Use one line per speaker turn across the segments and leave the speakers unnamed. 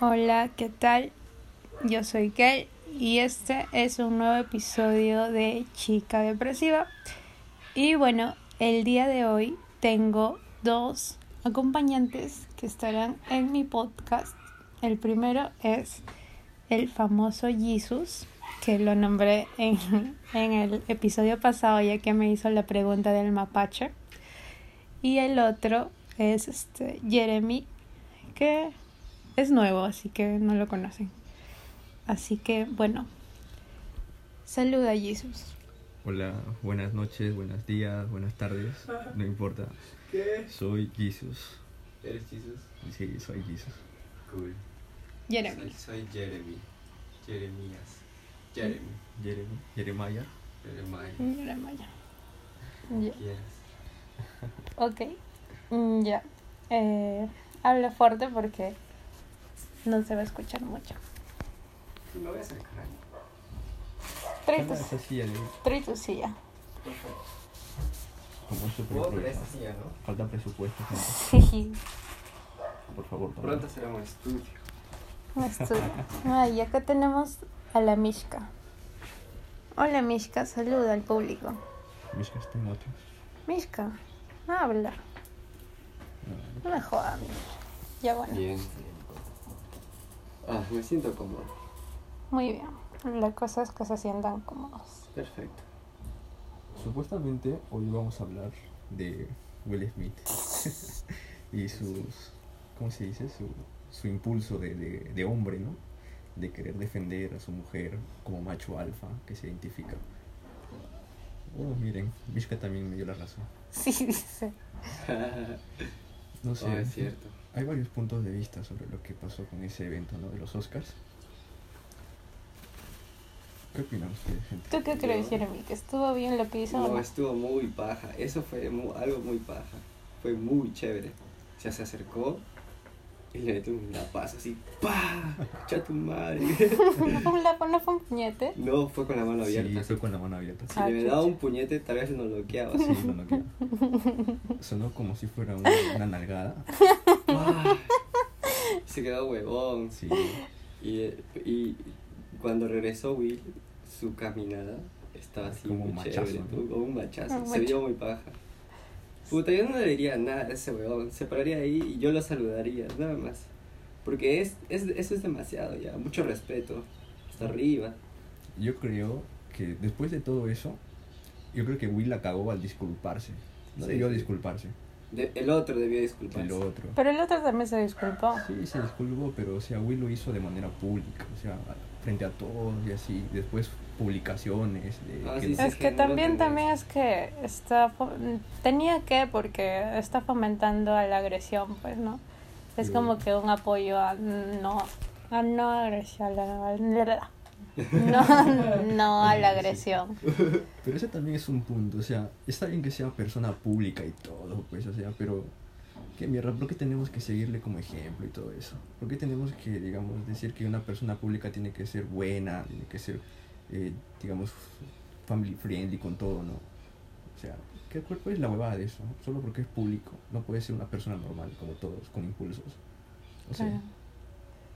Hola, ¿qué tal? Yo soy Kel y este es un nuevo episodio de Chica Depresiva. Y bueno, el día de hoy tengo dos acompañantes que estarán en mi podcast. El primero es el famoso Jesus, que lo nombré en, en el episodio pasado ya que me hizo la pregunta del mapache. Y el otro es este Jeremy, que es nuevo, así que no lo conocen. Así que bueno, saluda Jesus.
Hola, buenas noches, buenos días, buenas tardes, no importa.
¿Qué?
Soy Jesus.
¿Eres Jesus?
Sí, soy Jesus.
Cool.
Jeremy.
Soy, soy Jeremy. Jeremías. Jeremy.
Jeremy, Jeremiah.
Jeremiah.
Mira, Maya. Ya.
Yes.
Ok. Mm, Ya. Eh, habla fuerte porque no se va a escuchar mucho.
Sí, Me voy a acercar.
Trae tu,
Toma esa silla, Leo,
trae tu silla.
como es súper
Puedo poner
programa.
esta silla, ¿no?
Falta presupuesto, gente.
Sí,
Por favor, toma.
Pronto será un estudio.
no estudia. Ah, y acá tenemos a la Mishka. Hola Mishka, saluda al público.
Mis castañotes.
Mishka, habla. No me jodas. Ya bueno.
Bien. Ah, me siento cómodo.
Muy bien. La cosa es que se sientan cómodos.
Perfecto.
Supuestamente hoy vamos a hablar de Will Smith y sus, ¿cómo se dice? Su, su impulso de, de, de hombre, ¿no? De querer defender a su mujer como macho alfa que se identifica. Oh, miren, Vishka también me dio la razón.
Sí, dice.
No sé,
Sí, Ah, es cierto.
hay varios puntos de vista sobre lo que pasó con ese evento, ¿no? De los Oscars. ¿Qué opinan ustedes, gente?
¿Tú qué crees, Jeremy? ¿Que estuvo bien lo que hizo? o
No,
no?
estuvo muy paja. Eso fue mu- algo muy paja. Fue muy chévere. O sea, se acercó y le metió un lapazo así. ¡Pah! ¡Cha tu madre!
¿No fue un lapo, no fue un puñete?
no, fue con la mano
Sí,
abierta.
estoy con la mano abierta.
Si
Ah,
le daba
chucha.
un puñete, tal vez lo bloqueaba.
Sí,
así.
no, no queda. Sonó como si fuera una, una nalgada.
¡Pah! se quedó huevón.
Sí.
Y, y cuando regresó Will, su caminada estaba así
Como un
muy
machazo,
chévere,
¿no?
como un machazo.
Un
se
machazo.
vio muy paja. Puta, yo no le diría nada a ese weón. Se pararía ahí y yo lo saludaría, nada más. Porque es, es, eso es demasiado ya. Mucho respeto. Hasta arriba.
Yo creo que después de todo eso, yo creo que Will la cagó al disculparse. No
Sí, Pues.
debió
sí.
disculparse.
De- el otro debió disculparse.
El otro.
Pero el otro también se disculpó.
Ah.
Sí, se disculpó, pero o sea, Will lo hizo de manera pública, o sea, frente a todos y así. Después publicaciones de
Ah,
que
sí,
no-
sí.
Es que
que no lo
también,
tenés.
también es que está, fo- tenía que porque está fomentando a la agresión, pues, ¿no? Es
Sí.
Mm.
como que un apoyo a no, a no agresión, a la- a la- no, no a la
Sí.
agresión.
Pero ese también es un punto, o sea, está bien que sea persona pública y todo, pues, o sea, pero qué mierda, ¿por qué tenemos que seguirle como ejemplo y todo eso? ¿Por qué tenemos que, digamos, decir que una persona pública tiene que ser buena, tiene que ser, eh, digamos, family friendly con todo, ¿no? O sea, ¿qué cuerpo es la huevada de eso? Solo porque es público, no puede ser una persona normal como todos, con impulsos. O sea,
Claro.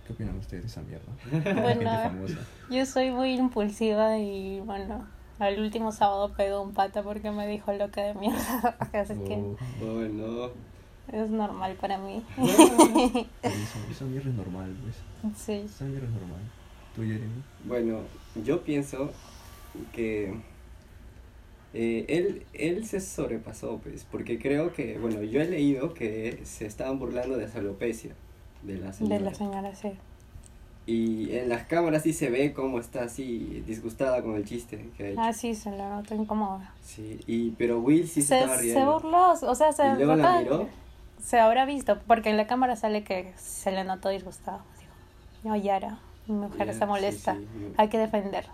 ¿qué opinan ustedes de esa mierda?
Bueno,
Gente
a ver.
famosa.
Yo soy muy impulsiva y bueno, el último sábado pegó un pata porque me dijo loca de mierda, así Pues que
Oh.
O-
Bueno,
es normal para mí.
Oh,
Eso, Oh, esa mierda es normal, pues.
sí.
Esa mierda es normal. ¿Tú, Jeremy?
bueno, yo pienso que eh, él, él se sobrepasó, pues, porque creo que, bueno, yo he leído que se estaban burlando de su alopecia, de la
De
señora.
la señora, sí.
Y en las cámaras sí se ve cómo está así disgustada con el chiste que ha hecho.
Ah, sí, se la nota incómoda.
Sí, y, pero Will sí se,
se,
estaba
se
riendo.
burló, o sea, se,
y luego la
nota-
miró.
se habrá visto, porque en la cámara sale que se le notó disgustado. Dijo, no, Yara, mi mujer
Ya,
está
sí,
molesta,
sí, y-
hay que defender.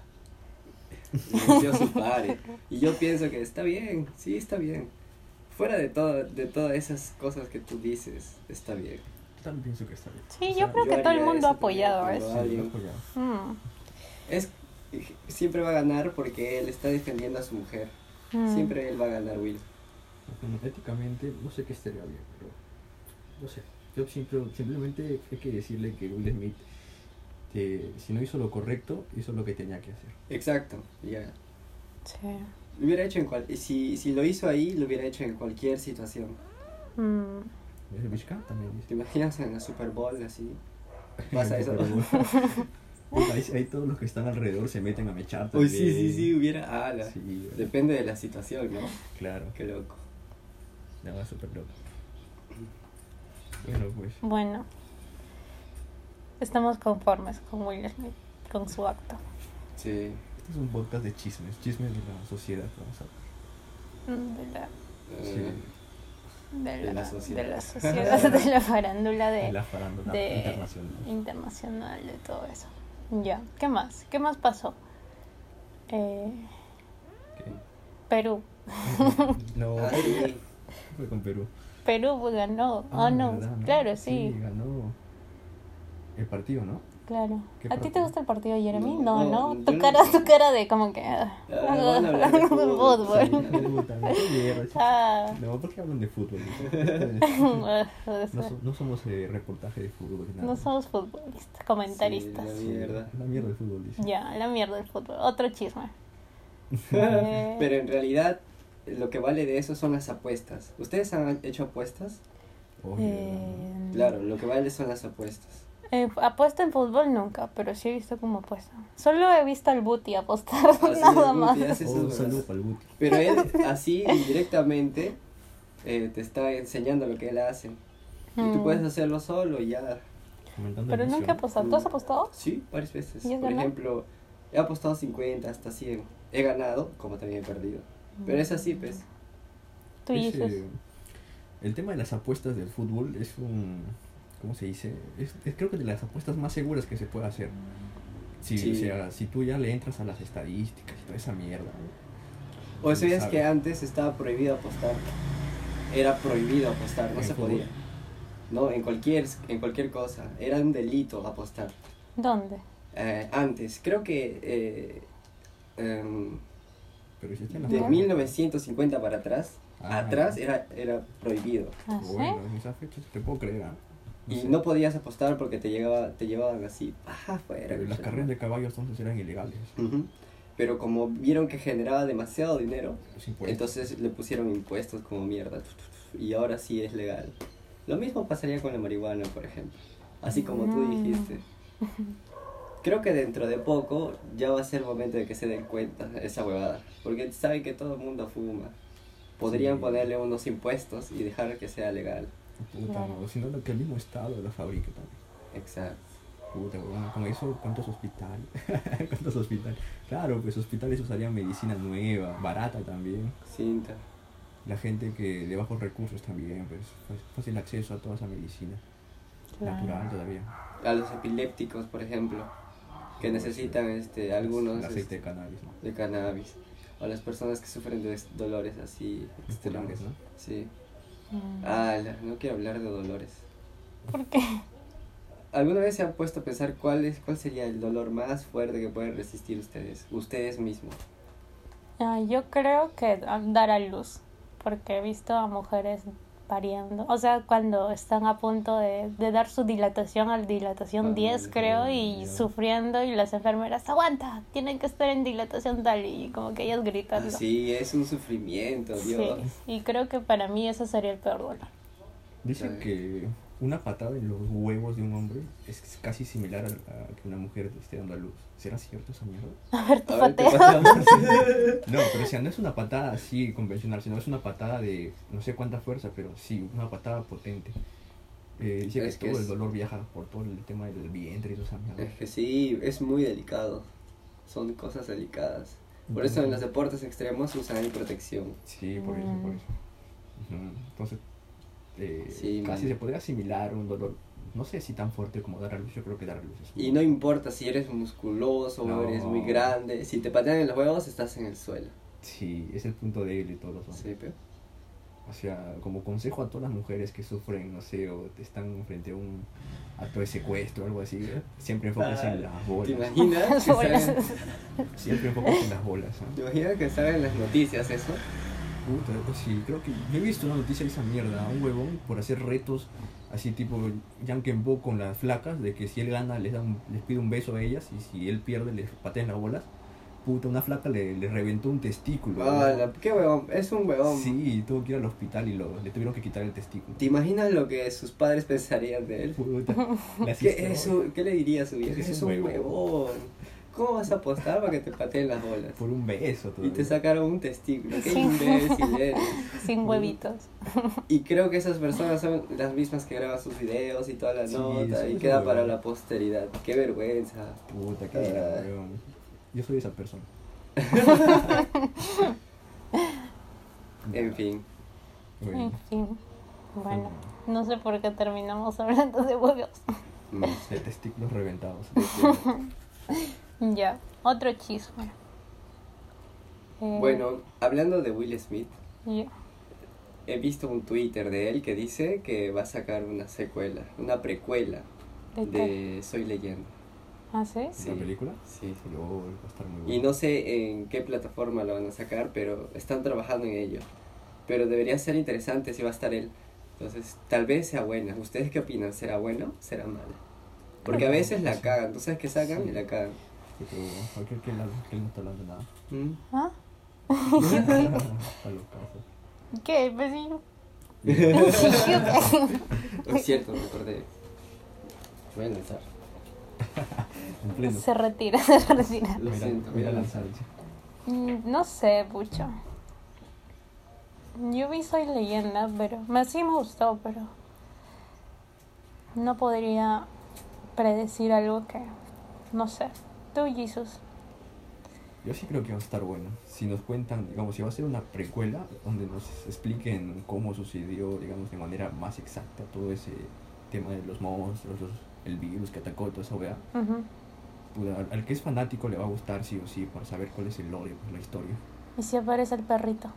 Me metió su padre. Y yo pienso que está bien, sí, está bien. Fuera de todo, de todas esas cosas que tú dices, está bien.
Yo también pienso que está bien.
Sí, yo creo que
yo
todo el
haría
mundo
eso
ha apoyado ¿eh?
también,
eso.
Sí,
cuando alguien-
lo apoyaba.
Mm,
Es, siempre va a ganar porque él está defendiendo a su mujer.
mm.
Siempre él va a ganar, Will.
Bueno, Éticamente, no sé qué estaría bien, pero. No sé. Yo simple- simplemente hay que decirle que Will Smith, eh, si no hizo lo correcto, hizo lo que tenía que hacer.
Exacto, ya.
Sí.
Lo hubiera hecho en cual... Si, si lo hizo ahí, lo hubiera hecho en cualquier situación.
Mm.
Es Vizca también dice.
¿Te imaginas en la Super Bowl así? Pasa eso.
Pero bueno. Puta, ahí, ahí todos los que están alrededor se meten a mechar
Uy,
también.
sí, sí, sí, hubiera... ala.
Sí,
Depende de la situación, ¿no?
claro.
Qué loco.
Nada, súper loco. Bueno, pues.
Bueno, estamos conformes con Will Smith, con su acto.
Sí.
Este es un podcast de chismes. Chismes de la sociedad, vamos a hablar.
Mm, De la,
Eh,
de la,
De la sociedad.
de la sociedad, de la farándula
de
de,
la farándula
de-
internacional.
internacional, de todo eso. Ya, ¿qué más? ¿Qué más pasó? Eh,
¿Qué?
Perú.
no,
ah, sí.
fue con Perú.
Perú ganó.
Ah,
Oh, no.
¿verdad, no?
Claro, sí.
ganó el partido, ¿no?
Claro.
¿Qué
¿A ti te
partido?
gusta el partido, Jeremy?
No,
No, no.
yo
Tu
no
cara,
sé.
tu cara de como que. ah,
Ah, van a hablar de fútbol.
fútbol.
Sí.
Puta, qué mierda, chicos.
Ah.
No, ¿por qué hablan de fútbol? No, so- no somos eh, reportaje de fútbol. nada.
No somos futbolistas,
Sí,
comentaristas.
la mierda.
La mierda del fútbol, dice.
Ya, la mierda del fútbol. Otro chisme. Eh,
Pero en realidad, lo que vale de eso son las apuestas. ¿Ustedes han hecho apuestas?
Obvio, ¿no?
eh,
Claro, lo que vale son las apuestas.
eh, apuesta en fútbol nunca, pero sí he visto cómo apuesta. Solo he visto al Buti apostar,
Ah, sí,
nada
el
más.
Guti hace
Oh,
sus
un
bromas.
saludo para el Buti.
Pero él así indirectamente eh, te está enseñando lo que él hace. Y tú
Mm.
puedes hacerlo solo y ya.
Comentando
Pero
el
nunca he
vicio.
apostado. ¿Tú has apostado?
Sí, varias veces.
¿Y has
Por
ganado?
ejemplo, he apostado 50 hasta 100. He ganado, como también he perdido. Pero es así, pues.
Tú
Es,
dices.
eh, El tema de las apuestas del fútbol es un... ¿Cómo se dice? Es, es creo que de las apuestas más seguras que se puede hacer. Si,
Sí.
o sea, si tú ya le entras a las estadísticas y toda esa mierda. ¿no?
O
Sí,
sabías
sabe.
que antes estaba prohibido apostar. Era prohibido apostar, no
En
se
fútbol.
podía. No, en cualquier, en cualquier cosa. Era un delito apostar.
¿Dónde?
Eh, antes, creo que eh, em,
Pero si está en la
de
fama.
1950 para atrás,
Ah,
atrás
ya.
era, era prohibido.
¿Ah, sí?
Bueno, en esa fecha te puedo creer, ¿ah?
Y
sé.
no podías apostar porque te, llegaba, te llevaban así, ajá, fuera.
Pero las carreras de caballos entonces eran ilegales.
Ujú. Pero como vieron que generaba demasiado dinero,
Los impuestos.
entonces le pusieron impuestos como mierda. tu, tu, tu, Y ahora sí es legal. Lo mismo pasaría con la marihuana, por ejemplo. Así como tú
Mm.
dijiste. Creo que dentro de poco ya va a ser el momento de que se den cuenta de esa huevada. Porque saben que todo el mundo fuma. Podrían
Sí.
ponerle unos impuestos y dejar que sea legal.
Puta,
Claro.
no, sino lo que el mismo estado la fabrica también.
Exacto.
Puta, weón, con eso, ¿cuántos hospitales? ¿Cuántos hospitales? Claro, pues hospitales usarían medicina nueva, barata también.
Cinta.
La gente que de bajos recursos también, pues fa- fácil acceso a toda esa medicina.
Claro.
Natural todavía.
A los epilépticos, por ejemplo. Que necesitan este, algunos...
Pues El aceite
este,
de cannabis, ¿no?
de cannabis o las personas que sufren de dolores así extremos.
Musculares, Este ¿no?
Sí.
Mm.
Ah, la- no quiero hablar de dolores.
¿Por qué?
¿Alguna vez se han puesto a pensar cuál es cuál sería el dolor más fuerte que pueden resistir ustedes, ustedes mismos?
Ah, yo creo que dar a luz, porque he visto a mujeres pariendo, o sea, cuando están a punto de, de dar su dilatación al dilatación
Ah,
10, creo, y
ya.
sufriendo, y las enfermeras, aguanta, tienen que estar en dilatación tal, y como que ellas
Ah,
gritando.
sí, es un sufrimiento,
Sí,
Dios.
y creo que para mí eso sería el peor dolor.
Dicen
Está
que una patada en los huevos de un hombre es casi similar a, a que una mujer esté dando a luz. ¿Será cierto esa mierda?
A ver, tu
A ver, te
pateo.
pateamos.
No, pero o sea, no es una patada así convencional, sino es una patada de no sé cuánta fuerza, pero sí, una patada potente. Eh, dice que,
Es que
todo
es-
el dolor viaja por todo el tema del vientre y toda esa mierda.
Es que sí, es muy delicado. Son cosas delicadas. Por eso en los deportes extremos usan el protección.
Sí, por eso, por eso. Ujú. Entonces, eh,
Sí,
casi
man.
se podría asimilar un dolor, no sé si tan fuerte como dar a luz, yo creo que dar a luz es
Y no importa si eres musculoso o
No.
eres muy grande, si te patean en los huevos estás en el suelo.
Sí, es el punto débil de todos los hombres.
Sí, pero-
O sea, como consejo a todas las mujeres que sufren, no sé, o te están frente a un acto de secuestro o algo así, ¿eh? siempre enfóquense en las
Ah, ¿Te
bolas.
imaginas? que
Bolas.
salgan-
Siempre enfóquense en las bolas. ¿eh?
¿Te imaginas que salgan en las noticias eso?
Puta, pues sí, creo que yo he visto una noticia de esa mierda, un huevón por hacer retos así tipo Bo con las flacas, de que si él gana les, da un- les pide un beso a ellas y si él pierde les patean las bolas. Puta, una flaca le, le reventó un testículo.
Ah,
huevón.
la- qué huevón, es un huevón.
Sí, y tuvo que ir al hospital y lo, le tuvieron que quitar el testículo.
¿Te imaginas lo que sus padres pensarían de él?
Puta, la
¿Qué, es
asistió
su- ¿Qué le diría a su vieja?
Eres
Es un
un
huevón.
huevón.
¿Cómo vas a apostar para que te pateen las bolas?
Por un beso
Y
todavía.
te sacaron un testículo. Qué
Sí.
imbécil eres.
Sin huevitos.
Y creo que esas personas son las mismas que graban sus videos y toda la
Sí,
nota
son
y
esos
queda para
huevones.
la posteridad. Qué vergüenza.
Puta, qué
Ah.
drama, huevón. Yo soy esa persona.
En fin.
Bueno.
En fin. Bueno, no sé por qué terminamos hablando de huevos.
No.
De testículos reventados.
Ya, otro chisme. Eh,
Bueno, hablando de Will Smith,
ya.
he visto un Twitter de él que dice que va a sacar una secuela, una precuela
¿De qué?
de Soy Leyenda.
¿Ah, sí?
Sí.
¿La película?
Sí.
Sí, oh, va a estar muy bueno.
Y no sé en qué plataforma lo van a sacar, pero están trabajando en ello. Pero debería ser interesante si va a estar él. Entonces, tal vez sea buena. ¿Ustedes qué opinan? ¿Será bueno? ¿Será mala? Porque a veces la cagan. Tú sabes que sacan y la cagan.
Yo creo, cualquier que, la- que él no está hablando nada.
¿Mm?
¿Ah?
Está locazo.
¿Qué? Pues sí.
Es cierto, me acordé. Voy a lanzar.
En pleno.
Se retira, se retira.
Lo
Mira,
siento,
mira
mira
la
lanzar.
salsa.
Mm, No sé, pucho. Yo vi Soy Leyenda, pero... Me sí me gustó, pero... No podría predecir algo que... No sé. Tú, Jesus.
Yo sí creo que va a estar bueno. Si nos cuentan, digamos, si va a ser una precuela donde nos expliquen cómo sucedió, digamos, de manera más exacta todo ese tema de los monstruos, los- el virus que atacó, toda esa weá.
Ujú.
Puta, al, al que es fanático le va a gustar sí o sí para saber cuál es el lore, pues, la historia.
Y si aparece el perrito.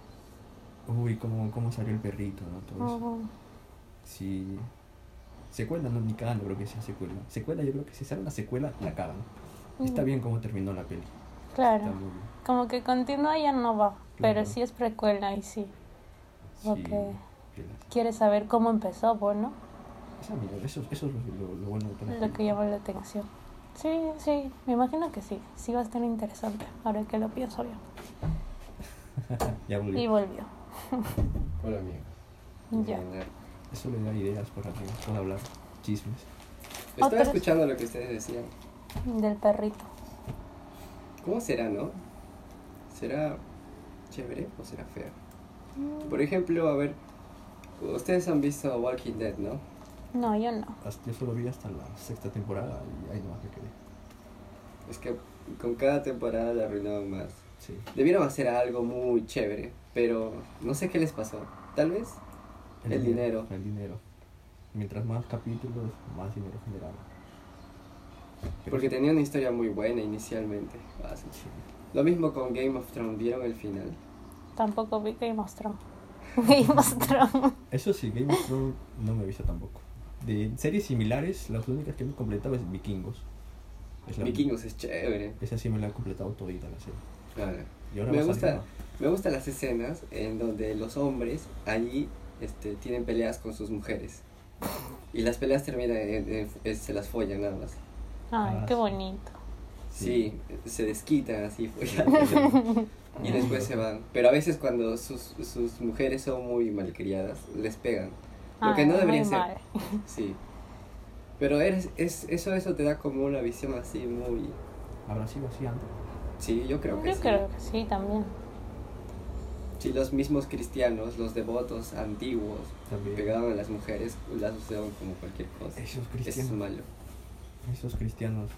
Uy, cómo, cómo salió el perrito, ¿no? Todo eso.
Ujú.
Si secuela no ni cagan, creo que sea secuela. Secuela yo creo que si sale una secuela la cagan. Está bien cómo terminó la peli. Está
Mm. Claro.
muy bien.
Como que continúa ya no va. Pero
Claro.
sí es precuela y sí.
Sí,
Ok.
piolas.
Quieres saber cómo empezó, pues, ¿no?
Esa mierda, eso, eso es lo, lo bueno de todas las
Lo que
películas.
llama la atención. Sí, sí, me imagino que sí. Sí va a estar interesante, ahora que lo pienso bien.
Ya volví.
Y volvió.
Hola, amigo.
Ya.
Eso le da ideas para que pueda hablar chismes.
Estaba
Otros.
escuchando lo que ustedes decían.
Del perrito.
¿Cómo será, no? ¿Será chévere o será feo? Por ejemplo, a ver, ustedes han visto Walking Dead, ¿no?
No, yo no.
Hasta- Yo solo vi hasta la sexta temporada y ahí nomás me quedé.
Es que con cada temporada la arruinaban más.
Sí.
Debieron hacer algo muy chévere, pero no sé qué les pasó. Tal vez El dinero.
El dinero. Mientras más capítulos, más dinero generaba. Pero
porque
sí,
tenía una historia muy buena inicialmente. Ah, sí.
sí.
Lo mismo con Game of Thrones, ¿vieron el final?
Tampoco vi Game of Thrones. Game of Thrones.
Eso sí, Game of Thrones no me avisa tampoco. De series similares, las únicas que me he completado es Vikingos. Es la-
Vikingos es chévere.
Esa sí me la he completado todita la serie.
Claro.
Y ahora
Me
va a
gusta,
salir
me gustan las escenas en donde los hombres allí este, tienen peleas con sus mujeres. Y las peleas terminan en, en- en- se las follan nada más.
Ay,
Ah,
qué
sí.
bonito.
Sí, se desquitan así
una-
follando. y después se van. Pero a veces cuando sus, sus mujeres son muy malcriadas, les pegan. Lo que
Ay,
no debería
muy
ser.
mal.
Sí. Pero eres, es, eso, eso te da como una visión así muy...
Habrá sido así antes.
Sí, yo creo que
Yo
sí.
creo que sí, también.
Sí, los mismos cristianos, los devotos antiguos,
También.
pegaban a las mujeres, las usaban como cualquier cosa. Eso
Esos
es
cristianos.
malo.
Esos cristianos.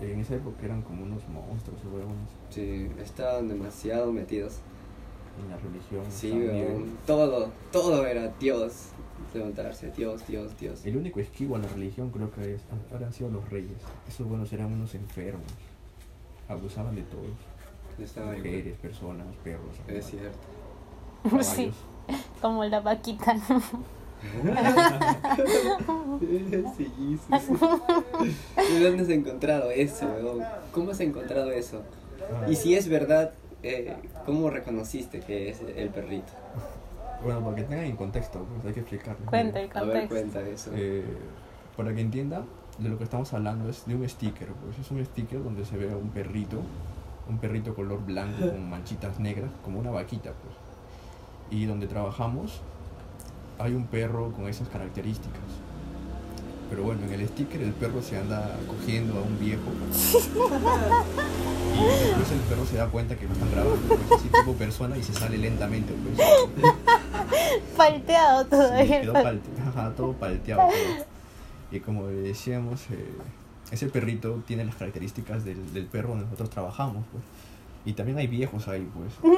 En esa época eran como unos monstruos, huevones.
Sí, estaban demasiado metidos.
En la religión.
Sí,
también.
weón, todo, todo era Dios. Levantarse, Dios, Dios, Dios.
El único esquivo a la religión creo que es, ahora han sido los reyes. Esos buenos eran unos enfermos. Abusaban de todos.
Estaba igual.
Mujeres, personas, perros, animales,
Es cierto.
Sí,
caballos.
como la vaquita.
Sí, Jesus. ¿De dónde has encontrado eso, weón? ¿Cómo has encontrado eso?
Ah,
Y si es verdad, eh, ¿cómo reconociste que es el perrito?
Bueno, para que tengan en contexto, pues hay que explicarlo.
Cuenta el
A ver,
contexto.
cuenta eso.
Eh, para que entienda, de lo que estamos hablando es de un sticker, pues es un sticker donde se ve a un perrito, un perrito color blanco con manchitas negras, como una vaquita, pues. Y donde trabajamos hay un perro con esas características. Pero bueno, en el sticker el perro se anda cogiendo a un viejo. Y después el perro se da cuenta que lo están grabando, pues así tipo persona y se sale lentamente, pues.
Falteado
Sí,
todavía.
quedó palte- ajá, todo palteado. todo. Y como le decíamos, eh, ese perrito tiene las características del, del perro donde nosotros trabajamos, pues. Y también hay viejos ahí, pues.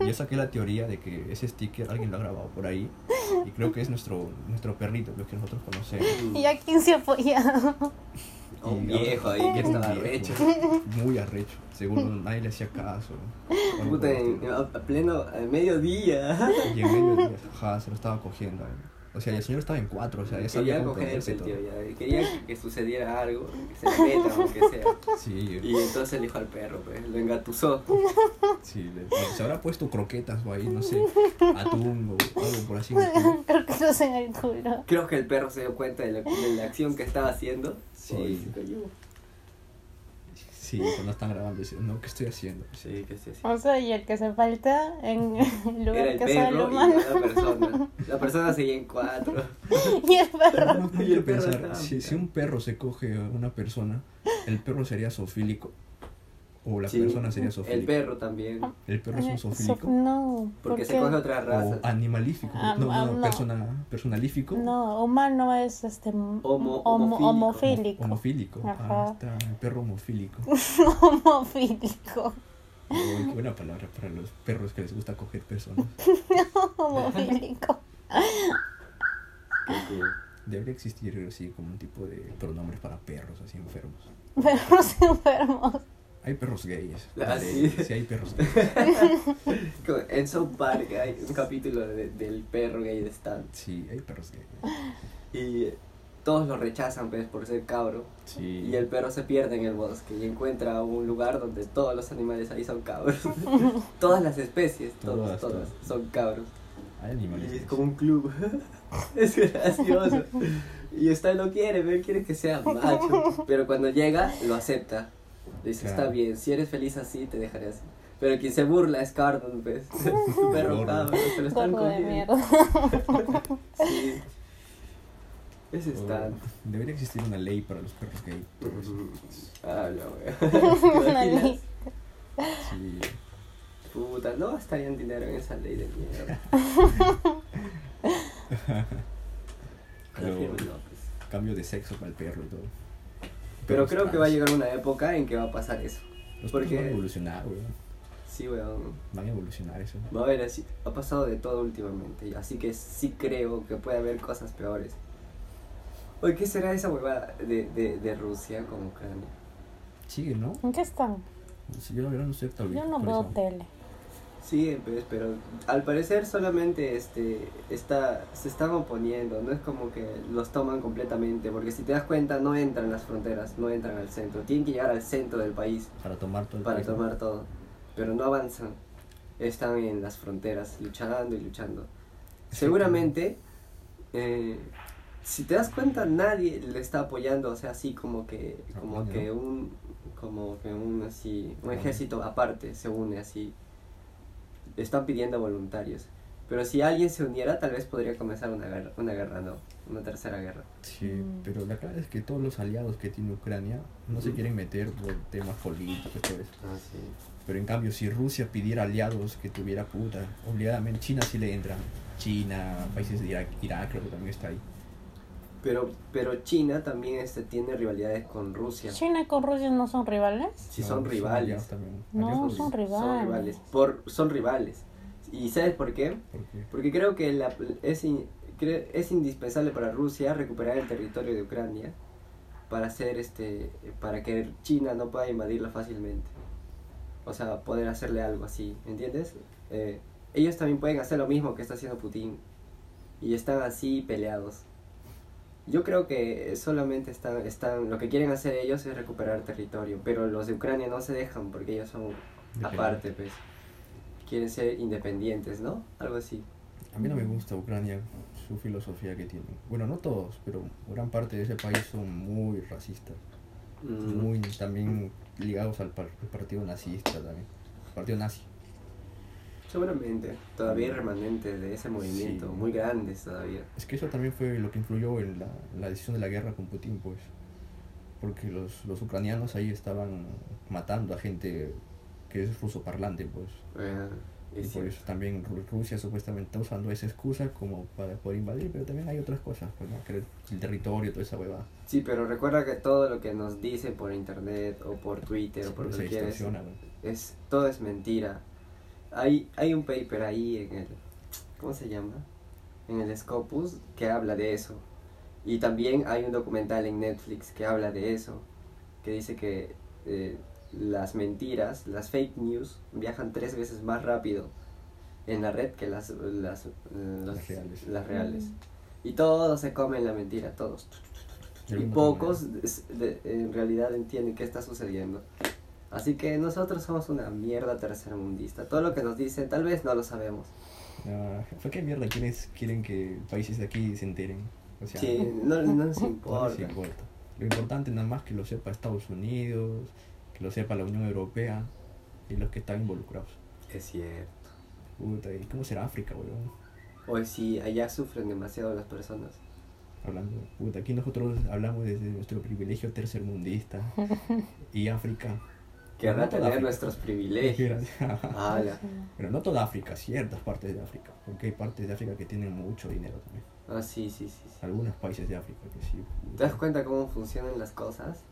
Y yo saqué la teoría de que ese sticker alguien lo ha grabado por ahí. Y creo que es nuestro, nuestro perrito, los que nosotros conocemos.
y a quién se apoyaba.
A un
Y ahora-
viejo ahí que
un
estaba
viejo,
recho.
Muy arrecho. Seguro nadie le hacía caso. pues,
Puta, en- a, a pleno, a mediodía.
Y en medio del día, ajá, se lo estaba cogiendo. ahí. O sea, y el señor estaba en cuatro, o sea, ya sabía
Quería
cómo
coger
ponerse
el
todo.
tío ya. Quería que- que sucediera algo, que se le meta, aunque sea.
Sí,
Y entonces elijo al perro, pues, lo engatusó.
Sí, le- le- se habrá puesto croquetas o ahí, no sé, atún o algo por así. ¿no?
Creo que no en el culo.
Creo que el perro se dio cuenta de la, de la acción que estaba haciendo.
Sí.
Ay, se cayó.
Sí, cuando están grabando, dicen, no, ¿qué estoy haciendo?
Sí, que sí, sí.
O sea, y el que se falta en el lugar
Era el
que sea el
perro y
humano.
la persona. La persona seguía en cuatro.
Y el perro.
No
Y
quiero
el perro
pensar,
estaba-
si, si un perro se coge a una persona, ¿el perro sería zoofílico? ¿O la
Sí.
persona sería
El
zoofílico?
perro también.
¿El perro es
Eh,
un
Sof-
zoofílico?
No. Ah, ¿por
Porque se
qué?
coge otra
¿O
raza.
animalífico?
Ah,
No,
ah,
no,
no.
persona, personalífico.
No, humano es este. m-
Homo-
homo-
Homo-
homofílico.
Homofílico.
Ajá.
Ah, está, el perro homofílico.
Homofílico.
Uy, qué buena palabra para los perros que les gusta coger personas.
Homofílico.
Sí.
Debería existir así como un tipo de pronombres para perros así enfermos.
Perros enfermos.
Hay perros gays.
Ah,
sí.
sí.
hay perros gays.
Como En South Park hay un capítulo de- del perro gay de Stan.
Sí, hay perros gays.
Y todos lo rechazan, pues, por ser cabro.
Sí.
Y el perro se pierde en el bosque y encuentra un lugar donde todos los animales ahí son cabros. todas las especies, todos,
Todas,
todas,
todas.
son cabros.
Hay
Y
animales.
es
gays.
como un club. es gracioso. Y está lo quiere, pero quiere que sea macho. Pero cuando llega, lo acepta. Le dice,
Claro.
está bien, si eres feliz así, te dejaré así. Pero quien se burla es Cardon, ¿ves? Un perro
Gordo.
cabro, se lo están
Gordo de
comiendo.
mierda.
Sí. Ese
Oh,
está.
Debería existir una ley para los perros gays.
Ah, no,
Una
güey.
ley.
Sí.
Puta, no gastarían dinero en esa ley de mierda.
Pero-
Prefiero no, pues.
Cambio de sexo para el perro y todo.
Pero
Perros
creo que
trans.
va a llegar una época en que va a pasar eso.
Los
porque-
perros van a evolucionar, weón.
Sí, weón.
Van a evolucionar eso.
Va a haber así. Ha pasado de todo últimamente. Así que sí creo que puede haber cosas peores. Oye, ¿qué será esa huevada de, de, de Rusia con Ucrania?
Sigue, ¿no?
¿En qué están?
Si yo la verdad no estoy
Yo no veo tele.
Sí, pues, pero al parecer solamente este está, se están oponiendo, no es como que los toman completamente, porque si te das cuenta no entran las fronteras, no entran al centro, tienen que llegar al centro del país
Para tomar todo el
para
país, ¿no?
tomar todo, pero no avanzan, están en las fronteras luchando y luchando. Seguramente, eh, si te das cuenta nadie le está apoyando, o sea, así como que, como
Apoyo.
que un, como que un así, un
Ajá.
ejército aparte se une así están pidiendo voluntarios. Pero si alguien se uniera, tal vez podría comenzar una guerra, una guerra no, una tercera guerra.
Sí,
Mm.
pero la clave es que todos los aliados que tiene Ucrania no
Mm.
se quieren meter por temas políticos y todo eso.
Ah, sí.
Pero en cambio, si Rusia pidiera aliados que tuviera puta, obligadamente China sí le entra. China, países de Irak, Irak creo que también está ahí.
Pero, pero China también este, tiene rivalidades con Rusia.
China con Rusia no son rivales.
Si
No,
son rivales.
aliados también.
No,
Aliados
son
rusos.
rivales.
Son rivales. Por, son rivales. ¿Y sabes por qué?
¿Por qué?
Porque creo que la- es, in- cre- es indispensable para Rusia recuperar el territorio de Ucrania para hacer este para que China no pueda invadirla fácilmente. O sea, poder hacerle algo así, ¿entiendes? Eh, ellos también pueden hacer lo mismo que está haciendo Putin y están así peleados. Yo creo que solamente están, están lo que quieren hacer ellos es recuperar territorio, pero los de Ucrania no se dejan porque ellos son
Depende.
aparte, pues. quieren ser independientes, ¿no? Algo así.
A mí no me gusta Ucrania, su filosofía que tienen. Bueno, no todos, pero gran parte de ese país son muy racistas.
Mm,
Muy también ligados al par- partido nazista también. Partido nazi.
Seguramente. Todavía hay remanentes de ese movimiento,
Sí.
muy grandes todavía.
Es que eso también fue lo que influyó en la, en la decisión de la guerra con Putin, pues. Porque los, los ucranianos ahí estaban matando a gente que es ruso parlante, pues.
Ah,
Y
es
por
cierto.
eso también Ru- Rusia supuestamente está usando esa excusa como para poder invadir, pero también hay otras cosas, pues, ¿no? Que el- el territorio, toda esa huevada.
Sí, pero recuerda que todo lo que nos dicen por internet o por Twitter o por
se
cualquier es,
distorsiona, güey.
es todo es mentira. Hay hay un paper ahí en el ¿cómo se llama? En el Scopus que habla de eso. Y también hay un documental en Netflix que habla de eso, que dice que eh, las mentiras, las fake news viajan tres veces más rápido en la red que las las, eh, los-
Las reales.
Las reales. Y todos se comen la mentira, todos.
Yo
Y
no
pocos es- de- en realidad entienden qué está sucediendo. Así que nosotros somos una mierda tercermundista. Todo lo que nos dicen, tal vez no lo sabemos.
Ah, ¿Por qué mierda quieres, quieren que países de aquí se enteren? O sea,
Sí, no, no nos
no les
importa.
importa. Lo importante nada más que lo sepa Estados Unidos, que lo sepa la Unión Europea y los que están involucrados.
Es cierto.
Puta, ¿y cómo será África, weón?
Hoy sí, allá sufren demasiado las personas.
Hablando, puta, aquí nosotros hablamos desde nuestro privilegio tercermundista y África.
Querrá
No toda
tener
África.
nuestros privilegios. Ah, Ala.
Pero no toda África, ciertas partes de África, porque hay partes de África que tienen mucho dinero también.
Ah, sí, sí, sí. sí.
Algunos países de África que sí.
¿Te das
puta.
cuenta cómo funcionan las cosas?